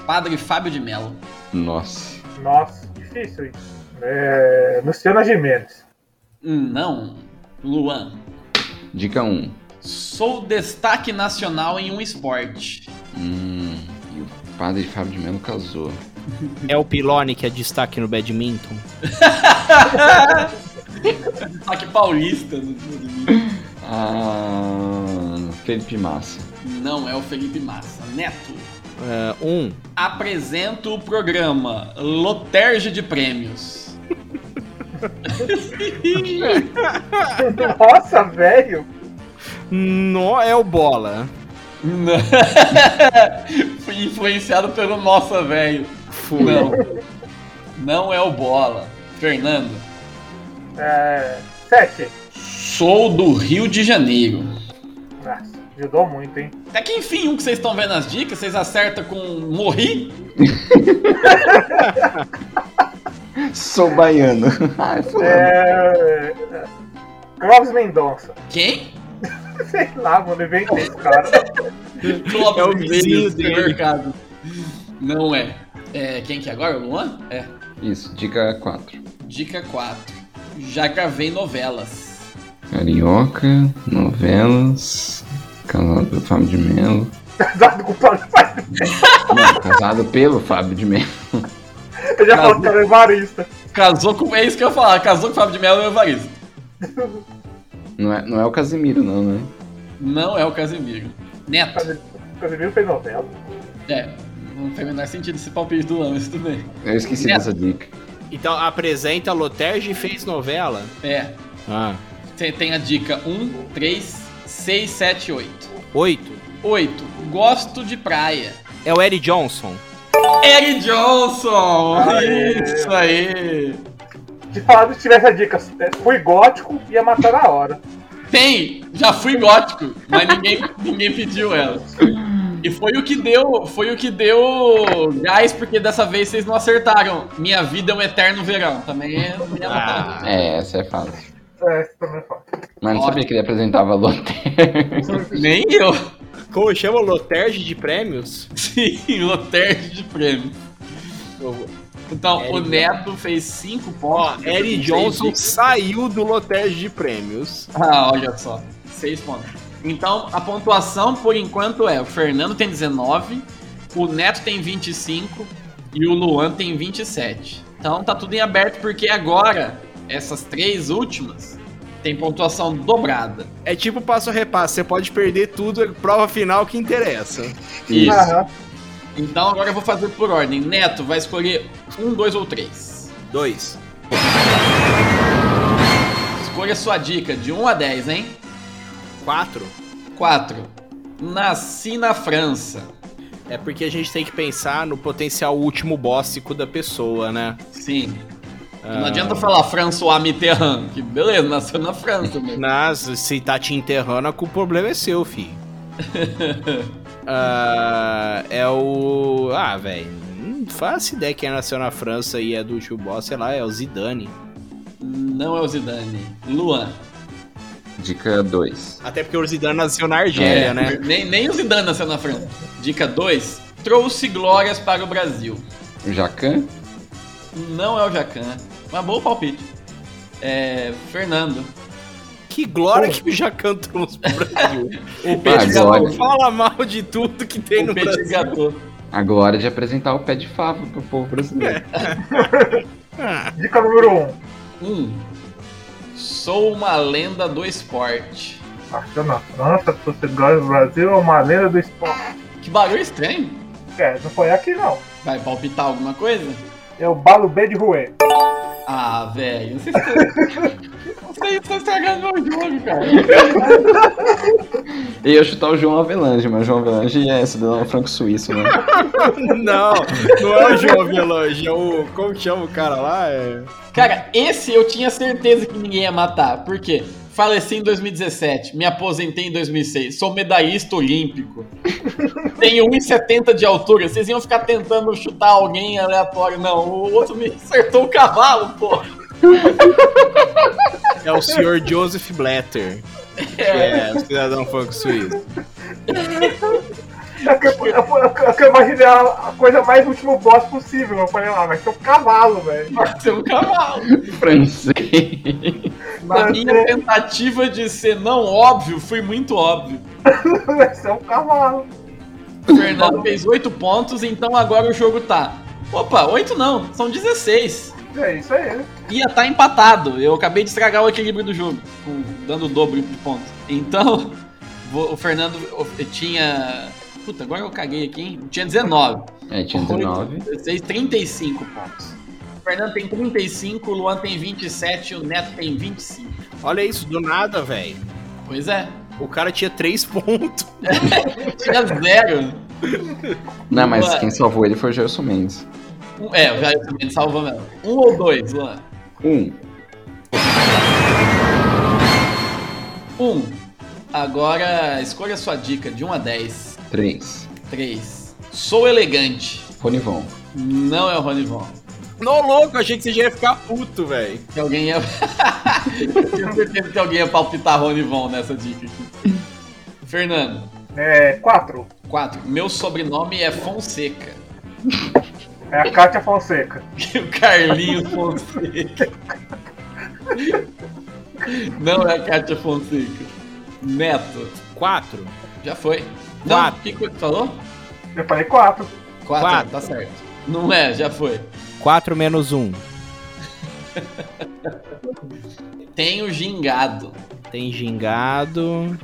Speaker 2: Padre Fábio de Mello.
Speaker 3: Nossa.
Speaker 5: Nossa, difícil isso. É, Luciana Gimenez.
Speaker 2: Hum, Não, Luan.
Speaker 3: Dica 1.
Speaker 2: Sou destaque nacional em um esporte.
Speaker 3: Hum, e o padre Fábio de Melo casou.
Speaker 4: É o Pilone que é destaque no badminton?
Speaker 2: Destaque paulista. no- no-
Speaker 3: Ah, Felipe Massa.
Speaker 2: Não, é o Felipe Massa. Neto.
Speaker 4: Ah, um.
Speaker 2: Apresento o programa Loterge de Prêmios.
Speaker 5: Nossa, velho.
Speaker 4: No é o Bola.
Speaker 2: Não. Fui influenciado pelo Nossa Velho. Não. Não é o Bola. Fernando.
Speaker 5: É, 7.
Speaker 2: Sou do Rio de Janeiro.
Speaker 5: Nossa, ajudou muito, hein?
Speaker 2: Até que enfim, um que vocês estão vendo as dicas, vocês acertam com morri.
Speaker 3: Sou baiano. Ai, Ah, fulano.
Speaker 5: É, Clóvis Mendonça.
Speaker 2: Quem?
Speaker 5: Sei lá, mano, inventei esse cara.
Speaker 2: Clóvis
Speaker 4: É o
Speaker 2: Mendes
Speaker 4: vizinho
Speaker 2: do
Speaker 4: dele.
Speaker 2: mercado. Não é. É, Quem que é agora? O Luan? É.
Speaker 3: Isso, dica 4.
Speaker 2: Dica 4. Já gravei novelas.
Speaker 3: Carioca, novelas, casado pelo Fábio de Melo.
Speaker 5: Casado com o Paulo Faz-
Speaker 3: Não, casado pelo Fábio de Melo.
Speaker 5: Eu já falo que era Evarista.
Speaker 2: Casou com. É isso que eu ia falar. Casou com Fábio de Mello e Evaristo.
Speaker 3: Não é, não é o Casimiro, não, né?
Speaker 2: Não é o Casimiro. Neto.
Speaker 5: Casimiro fez novela.
Speaker 2: É. Não tem o menor sentido esse palpite do Luan, mas tudo bem.
Speaker 3: Eu esqueci
Speaker 2: Neto.
Speaker 3: dessa dica.
Speaker 4: Então apresenta Loterge e fez novela.
Speaker 2: É.
Speaker 4: Ah.
Speaker 2: Você tem a dica 1, 3, 6, 7, 8.
Speaker 4: Oito.
Speaker 2: 8. Gosto de praia.
Speaker 4: É o Eric Johnson.
Speaker 2: Eric Johnson!
Speaker 5: Aê.
Speaker 2: Isso aí!
Speaker 5: De falar se tivesse a dica, é, fui gótico e ia matar na hora.
Speaker 2: Tem! Já fui gótico, mas ninguém, ninguém pediu ela. E foi o que deu, foi o que deu gás, porque dessa vez vocês não acertaram. Minha vida é um eterno verão. Também é. não ia matar.
Speaker 4: Ah.
Speaker 3: É, essa é fácil.
Speaker 5: É, isso também fala.
Speaker 3: Mas não sabia que ele apresentava Loterge.
Speaker 2: Nem eu.
Speaker 4: É. Como chama Loterge de prêmios?
Speaker 2: Sim, Loterd de prêmio. Então, o
Speaker 4: Eric
Speaker 2: Neto fez 5
Speaker 4: Ó,
Speaker 2: pontos.
Speaker 4: Eric
Speaker 2: Seis
Speaker 4: Johnson
Speaker 2: dicas.
Speaker 4: saiu do Loterge de prêmios.
Speaker 2: Ah, olha só. 6 pontos. Então, a pontuação por enquanto é: o Fernando tem 19, o Neto tem 25 e o Luan tem 27. Então, tá tudo em aberto porque agora essas três últimas têm pontuação dobrada.
Speaker 4: É tipo passo a repasso, você pode perder tudo, é prova final que interessa.
Speaker 2: Isso.
Speaker 5: Aham.
Speaker 2: Então, agora eu vou fazer por ordem. Neto vai escolher um, dois ou três.
Speaker 4: Dois.
Speaker 2: Escolha sua dica de 1 a 10, hein?
Speaker 4: Quatro.
Speaker 2: 4. Nasci na França.
Speaker 4: É porque a gente tem que pensar no potencial último bóssico da pessoa, né?
Speaker 2: Sim. Não adianta falar François Mitterrand, que beleza, nasceu na França mesmo.
Speaker 4: Mas se tá te enterrando, o problema é seu, fi. Ah, é o. Ah, velho. Não faço ideia quem nasceu na França e é do último boss, sei lá, é o Zidane.
Speaker 2: Não é o Zidane. Luan.
Speaker 3: Dica 2.
Speaker 4: Até porque o Zidane nasceu na Argélia,
Speaker 2: É,
Speaker 4: né?
Speaker 2: Nem, nem o Zidane nasceu na França. Dica 2. Trouxe glórias para o Brasil.
Speaker 3: Jacan,
Speaker 2: Não é o Jacan. Mas bom palpite. É. Fernando.
Speaker 4: Que glória que o Jacan trouxe pro Brasil.
Speaker 2: O
Speaker 3: Ah,
Speaker 2: Petit
Speaker 3: glória.
Speaker 2: Gâteau.
Speaker 4: Fala mal de tudo que tem
Speaker 2: O
Speaker 4: no
Speaker 2: Petit
Speaker 4: Brasil.
Speaker 2: Gâteau.
Speaker 3: a glória é de apresentar o pé de fava pro povo brasileiro.
Speaker 5: Dica número 1. Um.
Speaker 2: 1. Sou uma lenda do esporte.
Speaker 5: Nasceu é na França, Portugal e Brasil é uma lenda do esporte.
Speaker 2: Que barulho estranho.
Speaker 5: É, não foi aqui não.
Speaker 2: Vai palpitar alguma coisa?
Speaker 5: É o Balo B de Rue.
Speaker 2: Ah, velho. Vocês estão- vocês aí tá estragando meu jogo, cara.
Speaker 3: Eu ia chutar o João Avelange, mas o João Avelange é cidadão franco-suíço, né?
Speaker 4: Não, não é o João Avelange, é o. Como que chama o cara lá? É...
Speaker 2: Cara, esse eu tinha certeza que ninguém ia matar. Por quê? Faleci em 2017, me aposentei em 2006, sou medalhista olímpico. Tenho 1,70 de altura. Vocês iam ficar tentando chutar alguém aleatório. Não, o outro me acertou o cavalo, pô.
Speaker 4: É o senhor Joseph Blatter. que É, o cidadão funk suíço.
Speaker 5: É que eu, eu, eu, eu imaginei a a coisa mais último boss possível. Eu falei, ah, vai ser um cavalo, velho.
Speaker 2: Pode ser um cavalo.
Speaker 3: Francês.
Speaker 2: Na
Speaker 5: Vai
Speaker 2: minha
Speaker 5: ser-
Speaker 2: tentativa de ser não óbvio, fui muito óbvio.
Speaker 5: Vai ser um cavalo.
Speaker 2: O Fernando fez 8 pontos, então agora o jogo tá. Opa, 8 não, são 16.
Speaker 5: É isso aí.
Speaker 2: Ia tá empatado. Eu acabei de estragar o equilíbrio do jogo, com- dando o dobro de pontos. Então, vou- o Fernando o- tinha. Puta, agora eu caguei aqui, hein? Tinha 19.
Speaker 3: É, tinha 19.
Speaker 2: 16, 35 pontos. O Fernando tem 35, o Luan tem 27, o Neto tem 25.
Speaker 4: Olha isso, do nada, velho.
Speaker 2: Pois é,
Speaker 4: O cara tinha três pontos.
Speaker 2: tinha zero.
Speaker 3: Não, mas
Speaker 2: Mano.
Speaker 3: quem salvou ele foi o Gerson Mendes.
Speaker 2: Um- é, o Jair também salvou mesmo. Um ou dois, Luan?
Speaker 3: Um.
Speaker 2: Um. Agora escolha sua dica de 1 a 10.
Speaker 3: Três.
Speaker 2: 3. Sou elegante.
Speaker 3: Ronivon.
Speaker 2: Não é o Ronivon.
Speaker 4: Não, louco, achei que você já ia ficar puto, velho.
Speaker 2: Que alguém ia. Tenho certeza que alguém ia palpitar Ronivon nessa dica aqui. Fernando,
Speaker 5: É, quatro.
Speaker 2: 4. Meu sobrenome é Fonseca.
Speaker 5: É a Kátia Fonseca.
Speaker 2: O Carlinhos Fonseca. Não é a Kátia Fonseca. Neto.
Speaker 4: Quatro.
Speaker 2: Já foi. Não, o
Speaker 4: Quatro.
Speaker 2: que que você falou?
Speaker 5: Eu falei quatro.
Speaker 2: Quatro,
Speaker 4: Quatro.
Speaker 2: tá certo. Não é, já foi.
Speaker 4: Quatro menos um.
Speaker 2: Tenho gingado.
Speaker 4: Tem gingado,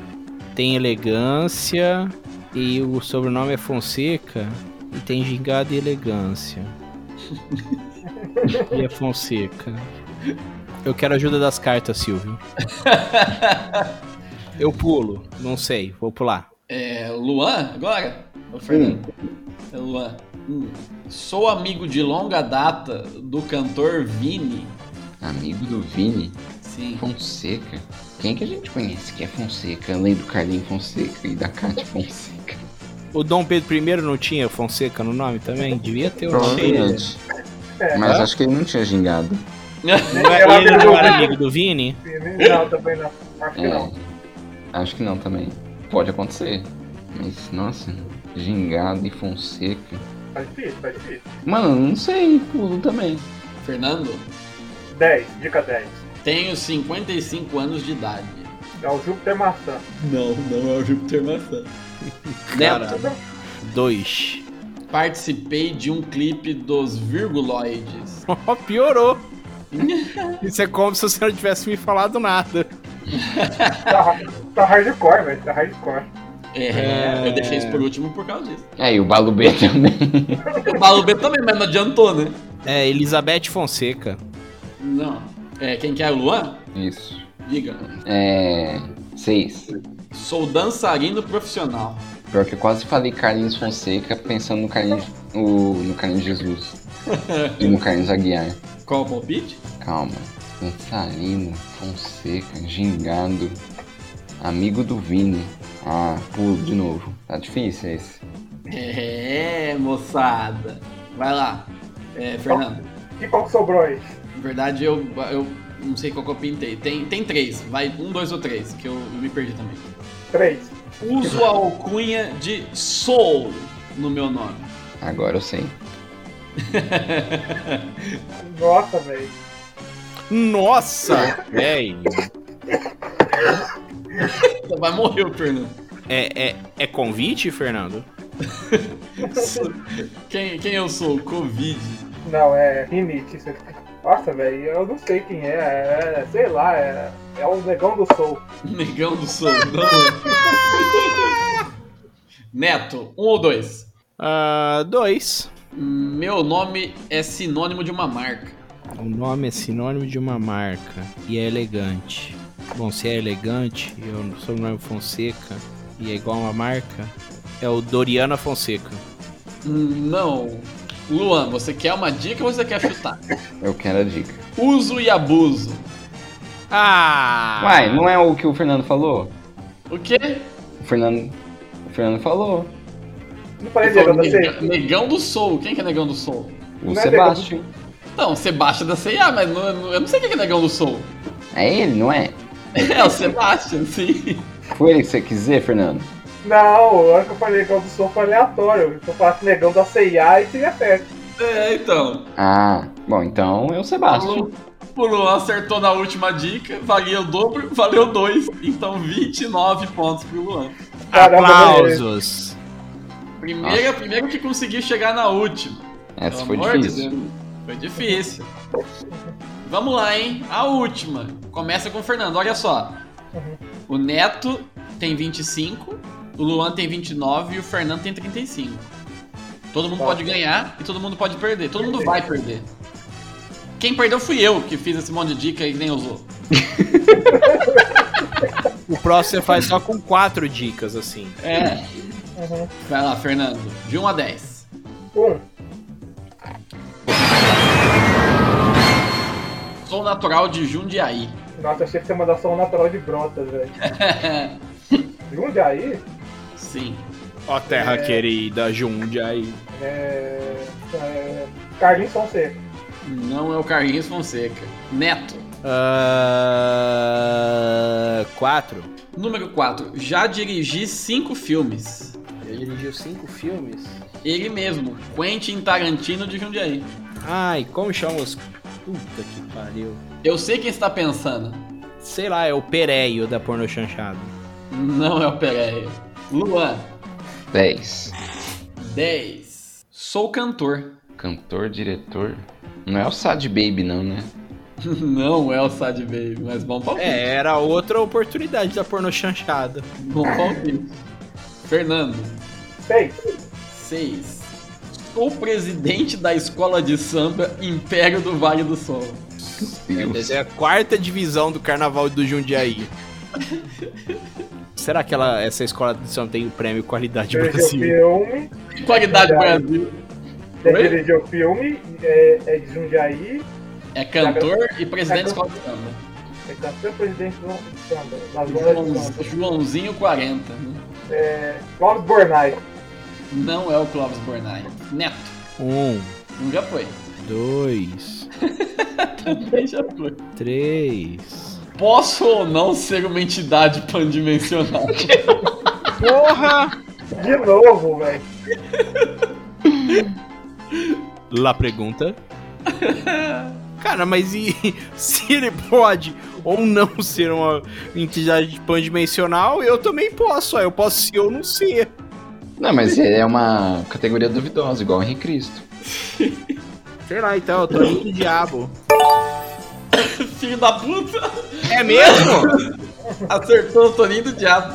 Speaker 4: tem elegância, e o sobrenome é Fonseca, e tem gingado e elegância. e é Fonseca. Eu quero a ajuda das cartas, Silvio. Eu pulo, não sei, vou pular.
Speaker 2: É Luan agora? Ô, Fernando. É Luan. Hum. Sou amigo de longa data do cantor Vini.
Speaker 3: Amigo do Vini.
Speaker 2: Sim.
Speaker 3: Fonseca. Quem que a gente conhece que é Fonseca? Além do Carlinho Fonseca e da Cátia Fonseca.
Speaker 4: O Dom Pedro I não tinha Fonseca no nome também? Devia ter um eu achei.
Speaker 3: Provavelmente.
Speaker 5: É.
Speaker 3: Mas acho que ele não tinha gingado.
Speaker 5: Nem
Speaker 4: Não é-
Speaker 5: ela
Speaker 4: Ele não era
Speaker 5: derrubou
Speaker 4: amigo do Vini?
Speaker 5: o Vini. Não, também não. Acho que
Speaker 3: É.
Speaker 5: não.
Speaker 3: Acho que não também. Pode acontecer. Mas, nossa, gingado e Fonseca.
Speaker 5: Tá difícil, tá difícil.
Speaker 3: Mano, não sei, pulo também.
Speaker 2: Fernando,
Speaker 5: 10, dica 10.
Speaker 2: tenho 55 anos de idade.
Speaker 5: É o Júpiter Maçã.
Speaker 2: Não, não é o Júpiter Maçã. Neto,
Speaker 4: Caralho. Dois.
Speaker 2: participei de um clipe dos Virguloides.
Speaker 4: Ó, Oh, Piorou. Isso é como se você não tivesse me falado nada.
Speaker 5: Tá, ra- tá hardcore, velho. Tá hardcore.
Speaker 2: É,
Speaker 4: É.
Speaker 2: eu deixei isso por último por causa disso.
Speaker 3: É, e o Balu B também.
Speaker 2: O Paulo B também, mas não adiantou, né?
Speaker 4: É, Elizabeth Fonseca.
Speaker 2: Não. É, quem que é o Luan?
Speaker 3: Isso.
Speaker 2: Diga.
Speaker 3: É. Seis.
Speaker 2: Sou dançarino profissional.
Speaker 3: Pior que eu quase falei Carlinhos Fonseca pensando no Carlinhos, o, no Carlinhos Jesus. e no Carlinhos Aguiar.
Speaker 2: Qual o palpite?
Speaker 3: Calma. Dançarino, Fonseca, gingado. Amigo do Vini. Ah, pulo de novo. Tá difícil esse.
Speaker 2: É, moçada. Vai lá. É, Fernando,
Speaker 5: E qual que sobrou aí?
Speaker 2: na verdade eu, eu não sei qual que eu pintei. Tem, tem três, vai um, dois ou três, que eu, eu me perdi também.
Speaker 5: 3.
Speaker 2: Uso a alcunha de Soul no meu nome.
Speaker 3: Agora eu sei.
Speaker 5: Nossa, velho.
Speaker 4: Nossa! Véi.
Speaker 2: Você Vai morrer o Fernando.
Speaker 4: É, é, é convite, Fernando?
Speaker 2: Quem, quem eu sou? Covid.
Speaker 5: Não, é rinite. isso aqui. Nossa, velho. Eu não sei quem é. é, é, sei lá. É, é o negão do Soul.
Speaker 2: Negão do Soul. Não. é. Neto, um ou dois?
Speaker 4: Ah, dois.
Speaker 2: Meu nome é sinônimo de uma marca.
Speaker 4: O nome é sinônimo de uma marca e é elegante. Bom, se é elegante e o sobrenome é Fonseca e é igual a uma marca, é o Doriana Fonseca.
Speaker 2: Não. Luan, você quer uma dica ou você quer chutar?
Speaker 3: Eu quero a dica.
Speaker 2: Uso e abuso.
Speaker 4: Ah!
Speaker 3: Uai, não é o que o Fernando falou?
Speaker 2: O quê?
Speaker 3: O Fernando, o Fernando falou.
Speaker 5: Não falei
Speaker 2: Ele
Speaker 5: Diego,
Speaker 2: falou
Speaker 5: da
Speaker 4: né?
Speaker 2: nega-
Speaker 5: CEA.
Speaker 2: negão do Sol. Quem que é negão do Sol?
Speaker 3: O
Speaker 5: Não é
Speaker 3: Sebastião.
Speaker 2: Não, Sebastião da CIA, mas não- não- eu não sei quem que é negão do Sol.
Speaker 3: É ele, não é?
Speaker 2: É o Sebastião, sim.
Speaker 3: Foi ele que você quis dizer, Fernando?
Speaker 5: Não, a hora que eu falei negão do som foi aleatório. Eu falasse negão da CIA e tinha certo.
Speaker 2: É, então.
Speaker 3: Ah, bom, então é o Sebastião.
Speaker 2: O Luan acertou na última dica, valia o dobro, valeu dois. Então 29 pontos pro Luan.
Speaker 5: Caramba,
Speaker 4: Ah, Aplausos!
Speaker 2: Primeira, primeiro que conseguiu chegar na última.
Speaker 3: Essa
Speaker 2: Pelo
Speaker 3: foi
Speaker 2: amor de
Speaker 3: difícil.
Speaker 2: Deus. Foi difícil. Vamos lá, hein? A última. Começa com o Fernando, olha só.
Speaker 5: Uhum.
Speaker 2: O Neto tem 25, o Luan tem 29 e o Fernando tem 35. Todo mundo
Speaker 5: Tá.
Speaker 2: pode ganhar e todo mundo pode perder. Todo mundo vai perder. Quem perdeu fui eu que fiz esse monte de dica e nem usou.
Speaker 4: O próximo você faz só com quatro dicas, assim.
Speaker 2: É.
Speaker 5: Uhum.
Speaker 2: Vai lá, Fernando. De 1 a 10.
Speaker 5: Um,
Speaker 2: Sou natural de Jundiaí.
Speaker 5: nossa, achei que você ia mandar só um natural de brotas, velho. Junde aí,
Speaker 2: Sim.
Speaker 4: Ó, terra querida, Jundiaí.
Speaker 5: é. é Carlinhos Fonseca.
Speaker 2: Não é o Carlinhos Fonseca. Neto.
Speaker 4: Ah, quatro.
Speaker 2: Número 4. Já dirigi cinco filmes.
Speaker 4: Ele dirigiu cinco filmes.
Speaker 2: Ele mesmo, Quentin Tarantino de Jundiaí.
Speaker 4: Ai, como chama os. Puta que pariu.
Speaker 2: Eu sei quem está pensando.
Speaker 4: Sei lá, é o Pereio da porno chanchada.
Speaker 2: Não é o Pereira. Luan,
Speaker 3: 10.
Speaker 2: 10. Sou cantor.
Speaker 3: Cantor, diretor. Não é o Sad Baby, não, né?
Speaker 2: Não é o Sad Baby, mas bom palpite.
Speaker 4: É, era outra oportunidade da porno chanchada.
Speaker 2: Bom palpite. Fernando,
Speaker 5: Seis.
Speaker 2: 6. Sou presidente da escola de samba Império do Vale do Sol.
Speaker 3: Deus.
Speaker 4: Essa é a quarta divisão do carnaval do Jundiaí. Será que ela, essa escola de som tem o prêmio Qualidade
Speaker 5: Dirigiu
Speaker 4: Brasil?
Speaker 5: filme.
Speaker 2: Qualidade Brasil.
Speaker 5: Ele
Speaker 2: Oi?
Speaker 5: dirigiu filme, é, é de Jundiaí.
Speaker 2: É cantor e presidente da escola de samba.
Speaker 5: Ele tá sendo presidente do Samba. Nas bandas
Speaker 2: João-
Speaker 5: de samba.
Speaker 2: Joãozinho 40. né?
Speaker 5: É, Clóvis Bornai.
Speaker 2: Não é o Clóvis Bornai. Neto.
Speaker 4: Um,
Speaker 2: Um já foi.
Speaker 4: dois,
Speaker 2: Também já foi.
Speaker 4: três.
Speaker 2: Posso ou não ser uma entidade pandimensional?
Speaker 4: Porra!
Speaker 5: De novo, velho.
Speaker 4: Lá pergunta. Cara, mas e se ele pode ou não ser uma entidade pandimensional, eu também posso. ó, Eu posso ser ou não ser.
Speaker 3: Não, mas é uma categoria duvidosa, igual o Henrique Cristo.
Speaker 4: Sei lá, então, eu tô indo do diabo.
Speaker 2: Filho da puta!
Speaker 4: É mesmo?
Speaker 2: Acertou o Toninho do Diabo.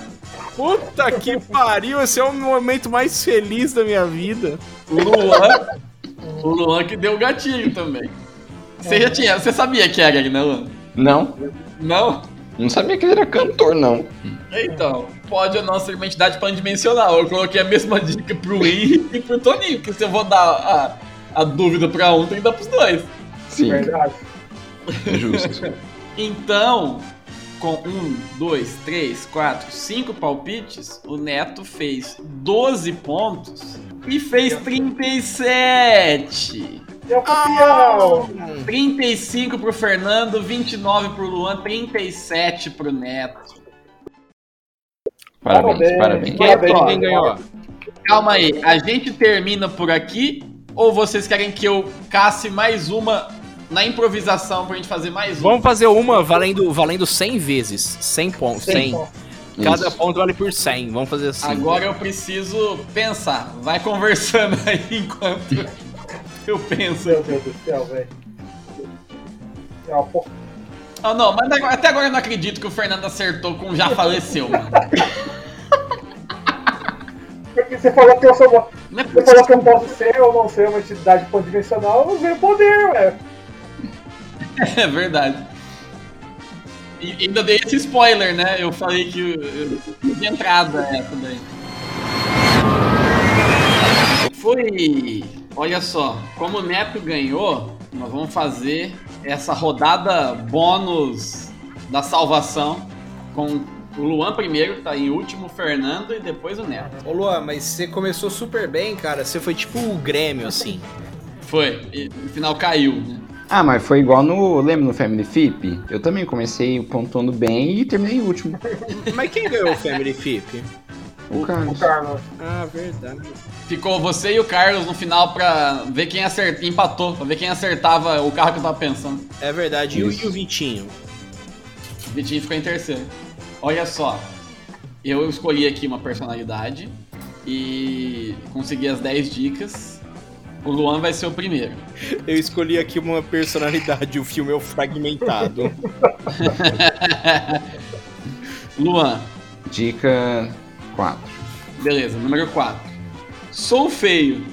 Speaker 4: Puta que pariu, esse é o momento mais feliz da minha vida.
Speaker 2: O Luan. O Luan que deu o gatilho também. Você já tinha. Você sabia que era ele, né, Luan?
Speaker 3: Não,
Speaker 2: Não?
Speaker 3: não sabia que ele era cantor, não.
Speaker 2: Então, pode ou não ser uma entidade pandimensional. Eu coloquei a mesma dica pro Henrique e pro Toninho, porque se eu vou dar a, a dúvida pra um, tem que dar pros dois.
Speaker 3: Sim,
Speaker 5: Verdade.
Speaker 3: justo.
Speaker 2: Então, com um, dois, três, quatro, cinco palpites, o Neto fez 12 pontos e fez 37.
Speaker 5: E é o campeão!
Speaker 2: 35 pro Fernando, 29 pro Luan, 37 pro Neto.
Speaker 3: Parabéns, parabéns.
Speaker 5: Parabéns. Quem- Parabéns,
Speaker 4: quem ganhou?
Speaker 2: Calma aí, a gente termina por aqui ou vocês querem que eu casse mais uma na improvisação pra gente fazer mais uma?
Speaker 4: Vamos fazer uma valendo, valendo 100 vezes. 100 pontos. 100. Cada
Speaker 3: Isso.
Speaker 4: ponto vale por 100. Vamos fazer assim.
Speaker 2: Agora eu preciso pensar. Vai conversando aí enquanto eu penso.
Speaker 5: Meu Deus do céu, velho. É uma porra.
Speaker 2: Ah, não, mas agora- até agora eu não acredito que o Fernando acertou com já faleceu, mano.
Speaker 5: Porque você falou que eu sou. uma-
Speaker 2: Não é
Speaker 5: Você falou que eu posso ser ou não ser uma entidade pandimensional, eu usei o poder, velho.
Speaker 2: É verdade. E ainda dei esse spoiler, né? Eu falei que eu- eu- de entrada é essa daí. Foi. Olha só, como o Neto ganhou, nós vamos fazer essa rodada bônus da salvação com o Luan primeiro, que tá em último, o Fernando e depois o Neto.
Speaker 4: Ô Luan, mas você começou super bem, cara. Você foi tipo o Grêmio, assim.
Speaker 2: Foi. E no final caiu, né?
Speaker 3: Ah, mas foi igual no. Lembra no Family Flip? Eu também comecei pontuando bem e terminei em último.
Speaker 4: mas quem ganhou o Family Flip?
Speaker 3: O cara.
Speaker 5: O Carlos.
Speaker 4: Ah, verdade.
Speaker 2: Ficou você e o Carlos no final pra ver quem acertou, empatou, pra ver quem acertava o carro que eu tava pensando.
Speaker 4: É verdade. E o,
Speaker 3: Isso.
Speaker 4: e o Vitinho?
Speaker 2: O Vitinho ficou em terceiro. Olha só, eu escolhi aqui uma personalidade e consegui as 10 dicas. O Luan vai ser o primeiro.
Speaker 4: Eu escolhi aqui uma personalidade. O filme é o Fragmentado.
Speaker 2: Luan,
Speaker 3: Dica 4.
Speaker 2: beleza, número 4. Sou feio.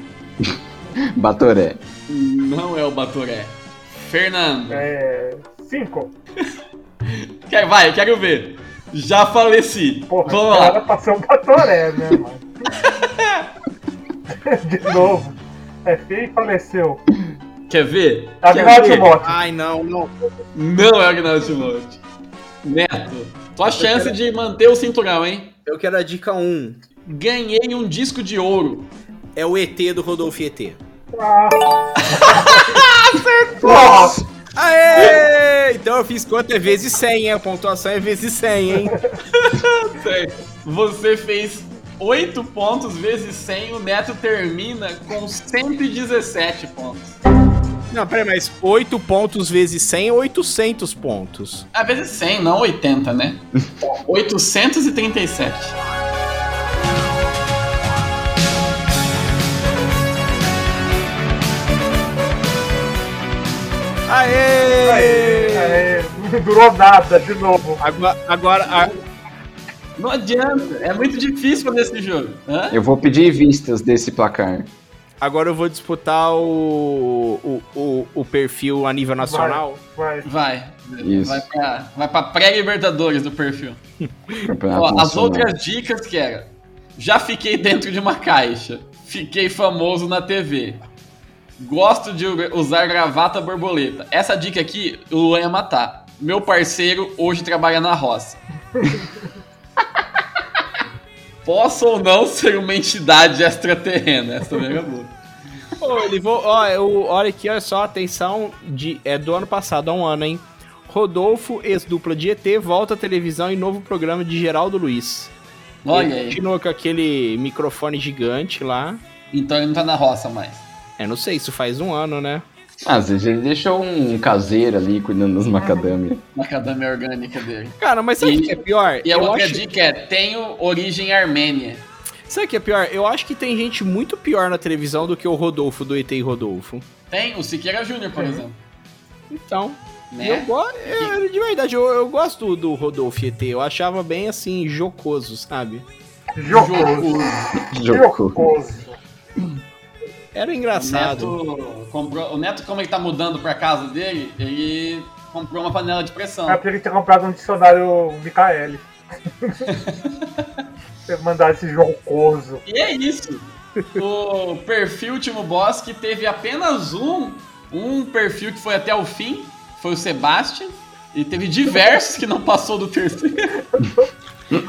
Speaker 3: Batoré.
Speaker 2: Não é o Batoré. Fernando.
Speaker 5: É. Cinco.
Speaker 2: Quer, vai, eu quero ver. Já faleci.
Speaker 5: Porra,
Speaker 2: Vamos
Speaker 5: o cara
Speaker 2: lá.
Speaker 5: passou um batoré, né, mano? De novo. É feio e faleceu. Tá
Speaker 2: Quer ver? Quer
Speaker 5: Agnaldo
Speaker 2: ver?
Speaker 5: Timóteo.
Speaker 4: Ai, não, não.
Speaker 2: Não é o Agnaldo Timóteo. Neto, tua chance de manter o cinturão, hein?
Speaker 4: Eu quero a dica 1.
Speaker 2: Ganhei um disco de ouro.
Speaker 4: É o ET do Rodolfo ET.
Speaker 5: Ah,
Speaker 4: Aê! Então eu fiz quanto? É vezes 100, hein? A pontuação é vezes 100, hein?
Speaker 2: Certo. Você fez 8 pontos vezes 100, o Neto termina com 117 pontos.
Speaker 4: Não, peraí, mas 8 pontos vezes 100 é 800 pontos.
Speaker 2: Ah, vezes 100, não 80, né? 837.
Speaker 4: Aê!
Speaker 5: é, não durou nada de novo.
Speaker 4: Agora, agora a-
Speaker 2: Não adianta, é muito difícil fazer esse jogo. Hã?
Speaker 3: Eu vou pedir vistas desse placar.
Speaker 4: Agora eu vou disputar o, o, o, o perfil a nível nacional.
Speaker 5: Vai.
Speaker 2: Vai.
Speaker 3: Isso.
Speaker 2: Vai pra, vai pra pré-libertadores do perfil.
Speaker 3: Campeonato
Speaker 2: Ó, as
Speaker 3: Nacional.
Speaker 2: outras dicas que era: já fiquei dentro de uma caixa, fiquei famoso na TV, gosto de usar gravata borboleta. Essa dica aqui o Luan ia matar. Meu parceiro hoje trabalha na roça. Posso ou não ser uma entidade extraterrena? Essa também é boa.
Speaker 4: Pô, ele vou, ó, eu, olha aqui, olha só, atenção, de, é do ano passado, há um ano, hein? Rodolfo, ex-dupla de ET, volta à televisão em novo programa de Geraldo Luiz.
Speaker 2: Olha
Speaker 4: ele
Speaker 2: aí.
Speaker 4: continua com aquele microfone gigante lá.
Speaker 2: Então ele não tá na roça mais.
Speaker 4: É, não sei, isso faz um ano, né?
Speaker 3: Ah, Às vezes ele deixou um caseiro ali cuidando das macadâmias.
Speaker 2: Macadâmia orgânica dele.
Speaker 4: Cara, mas sabe o
Speaker 2: E-
Speaker 4: que é pior?
Speaker 2: E a
Speaker 4: eu
Speaker 2: outra
Speaker 4: acho,
Speaker 2: dica é: tenho origem armênia.
Speaker 4: Sabe o que é pior? Eu acho que tem gente muito pior na televisão do que o Rodolfo, do ET e Rodolfo.
Speaker 2: Tem o Siqueira Júnior, por exemplo.
Speaker 4: Então,
Speaker 2: Né?
Speaker 4: Eu gosto, de verdade, eu, eu gosto do Rodolfo ET, eu achava bem assim, jocoso, sabe?
Speaker 5: Jocoso.
Speaker 3: Jocou.
Speaker 5: Jocoso.
Speaker 4: Era
Speaker 2: O
Speaker 4: engraçado.
Speaker 2: Neto, comprou, o Neto, como ele tá mudando pra casa dele, ele comprou uma panela de pressão.
Speaker 5: É porque ele tinha comprado um dicionário Micaele. Você mandar esse jocoso.
Speaker 2: E é isso. O perfil Timo Boss que teve apenas um, um perfil que foi até o fim, foi o Sebastian. E teve diversos que não passou do terceiro.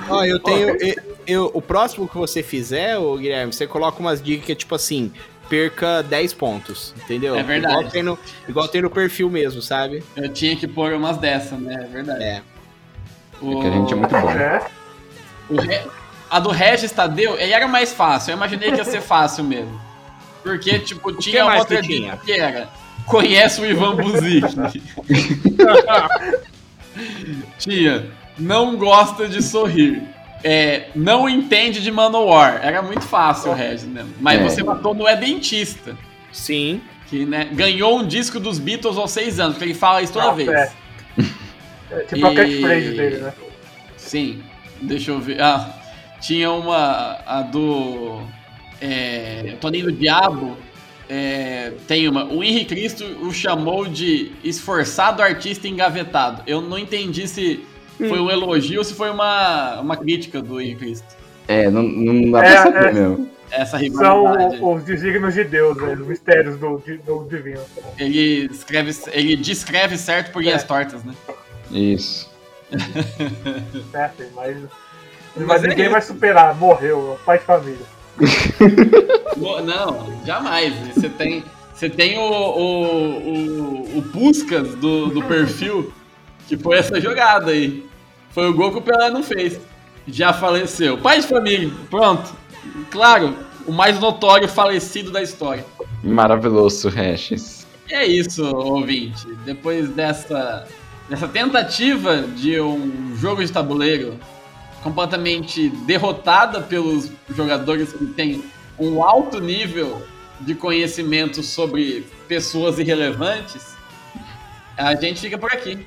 Speaker 4: Ó, eu tenho. eu- eu- o próximo que você fizer, ô, Guilherme, você coloca umas dicas que é tipo assim, perca 10 pontos, entendeu?
Speaker 2: É verdade.
Speaker 4: Igual tem no, igual tem no perfil mesmo, sabe?
Speaker 2: Eu tinha que pôr umas dessas, né? É verdade.
Speaker 4: É.
Speaker 2: O-
Speaker 3: Que a gente é muito bom.
Speaker 5: É,
Speaker 2: O Re- A do Regis Tadeu, ele era mais fácil. Eu imaginei que ia ser fácil mesmo. Porque, tipo, tinha
Speaker 4: mais
Speaker 2: outra
Speaker 4: que tinha?
Speaker 2: dica que era. Conhece o Ivan Buzik. tinha. Não gosta de sorrir. É, não entende de Manowar. Era muito fácil o Regis, né? Mas
Speaker 3: É.
Speaker 2: você matou no É Dentista.
Speaker 4: Sim.
Speaker 2: Que, né, ganhou um disco dos Beatles aos seis anos, porque ele fala isso
Speaker 4: Ah,
Speaker 2: toda
Speaker 5: Nossa,
Speaker 2: vez.
Speaker 5: é. é tipo a
Speaker 2: E-
Speaker 5: catchphrase dele, né?
Speaker 2: Sim, deixa eu ver. Ah, tinha uma a do é, Toninho do Diabo É, tem uma. O Henri Cristo o chamou de esforçado artista engavetado. Eu não entendi se foi um elogio ou se foi uma, uma crítica do Henri Cristo.
Speaker 3: É, não, não dá pra
Speaker 5: É,
Speaker 3: saber
Speaker 5: é.
Speaker 3: mesmo.
Speaker 2: Essa rivalidade.
Speaker 5: São os desígnios de Deus, né? os mistérios do, de- do divino.
Speaker 2: Ele, escreve, ele descreve certo por linhas tortas, né?
Speaker 3: Isso.
Speaker 5: Né? Assim, Mas, mas,
Speaker 2: Mas é
Speaker 5: ninguém
Speaker 2: isso.
Speaker 5: vai superar, morreu, pai de família.
Speaker 2: Mo- Não, jamais. Você tem, você tem o, o, o, o Puskas do, do perfil, que foi essa jogada aí. Foi o gol que o Pelé não fez. Já faleceu. Pai de família, pronto. Claro, o mais notório falecido da história.
Speaker 3: Maravilhoso, Regis.
Speaker 2: E é isso, ouvinte. Depois dessa, dessa tentativa de um jogo de tabuleiro completamente derrotada pelos jogadores que têm um alto nível de conhecimento sobre pessoas irrelevantes, a gente fica por aqui.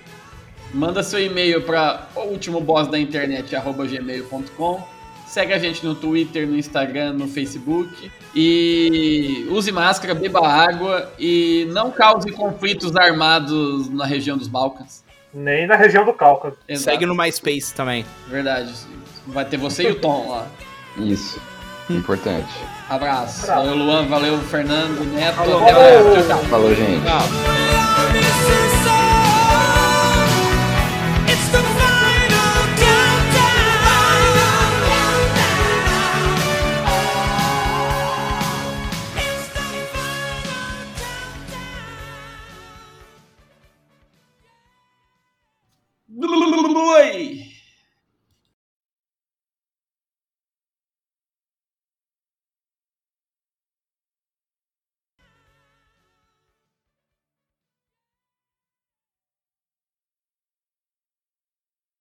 Speaker 2: Manda seu e-mail para o último boss da internet, gmail.com. Segue a gente no Twitter, no Instagram, no Facebook. E use máscara, beba água e não cause conflitos armados na região dos Balcãs.
Speaker 5: Nem na região do Cáucaso.
Speaker 2: Exato,
Speaker 4: Segue no MySpace também.
Speaker 2: Verdade. Vai ter você e o Tom lá.
Speaker 3: Isso. Importante.
Speaker 2: Abraço.
Speaker 5: Abraço.
Speaker 2: Valeu, Luan. Valeu, Fernando, Neto.
Speaker 5: Falou.
Speaker 2: Até mais. Tchau, tchau.
Speaker 3: Falou, gente.
Speaker 4: Tchau.
Speaker 6: This is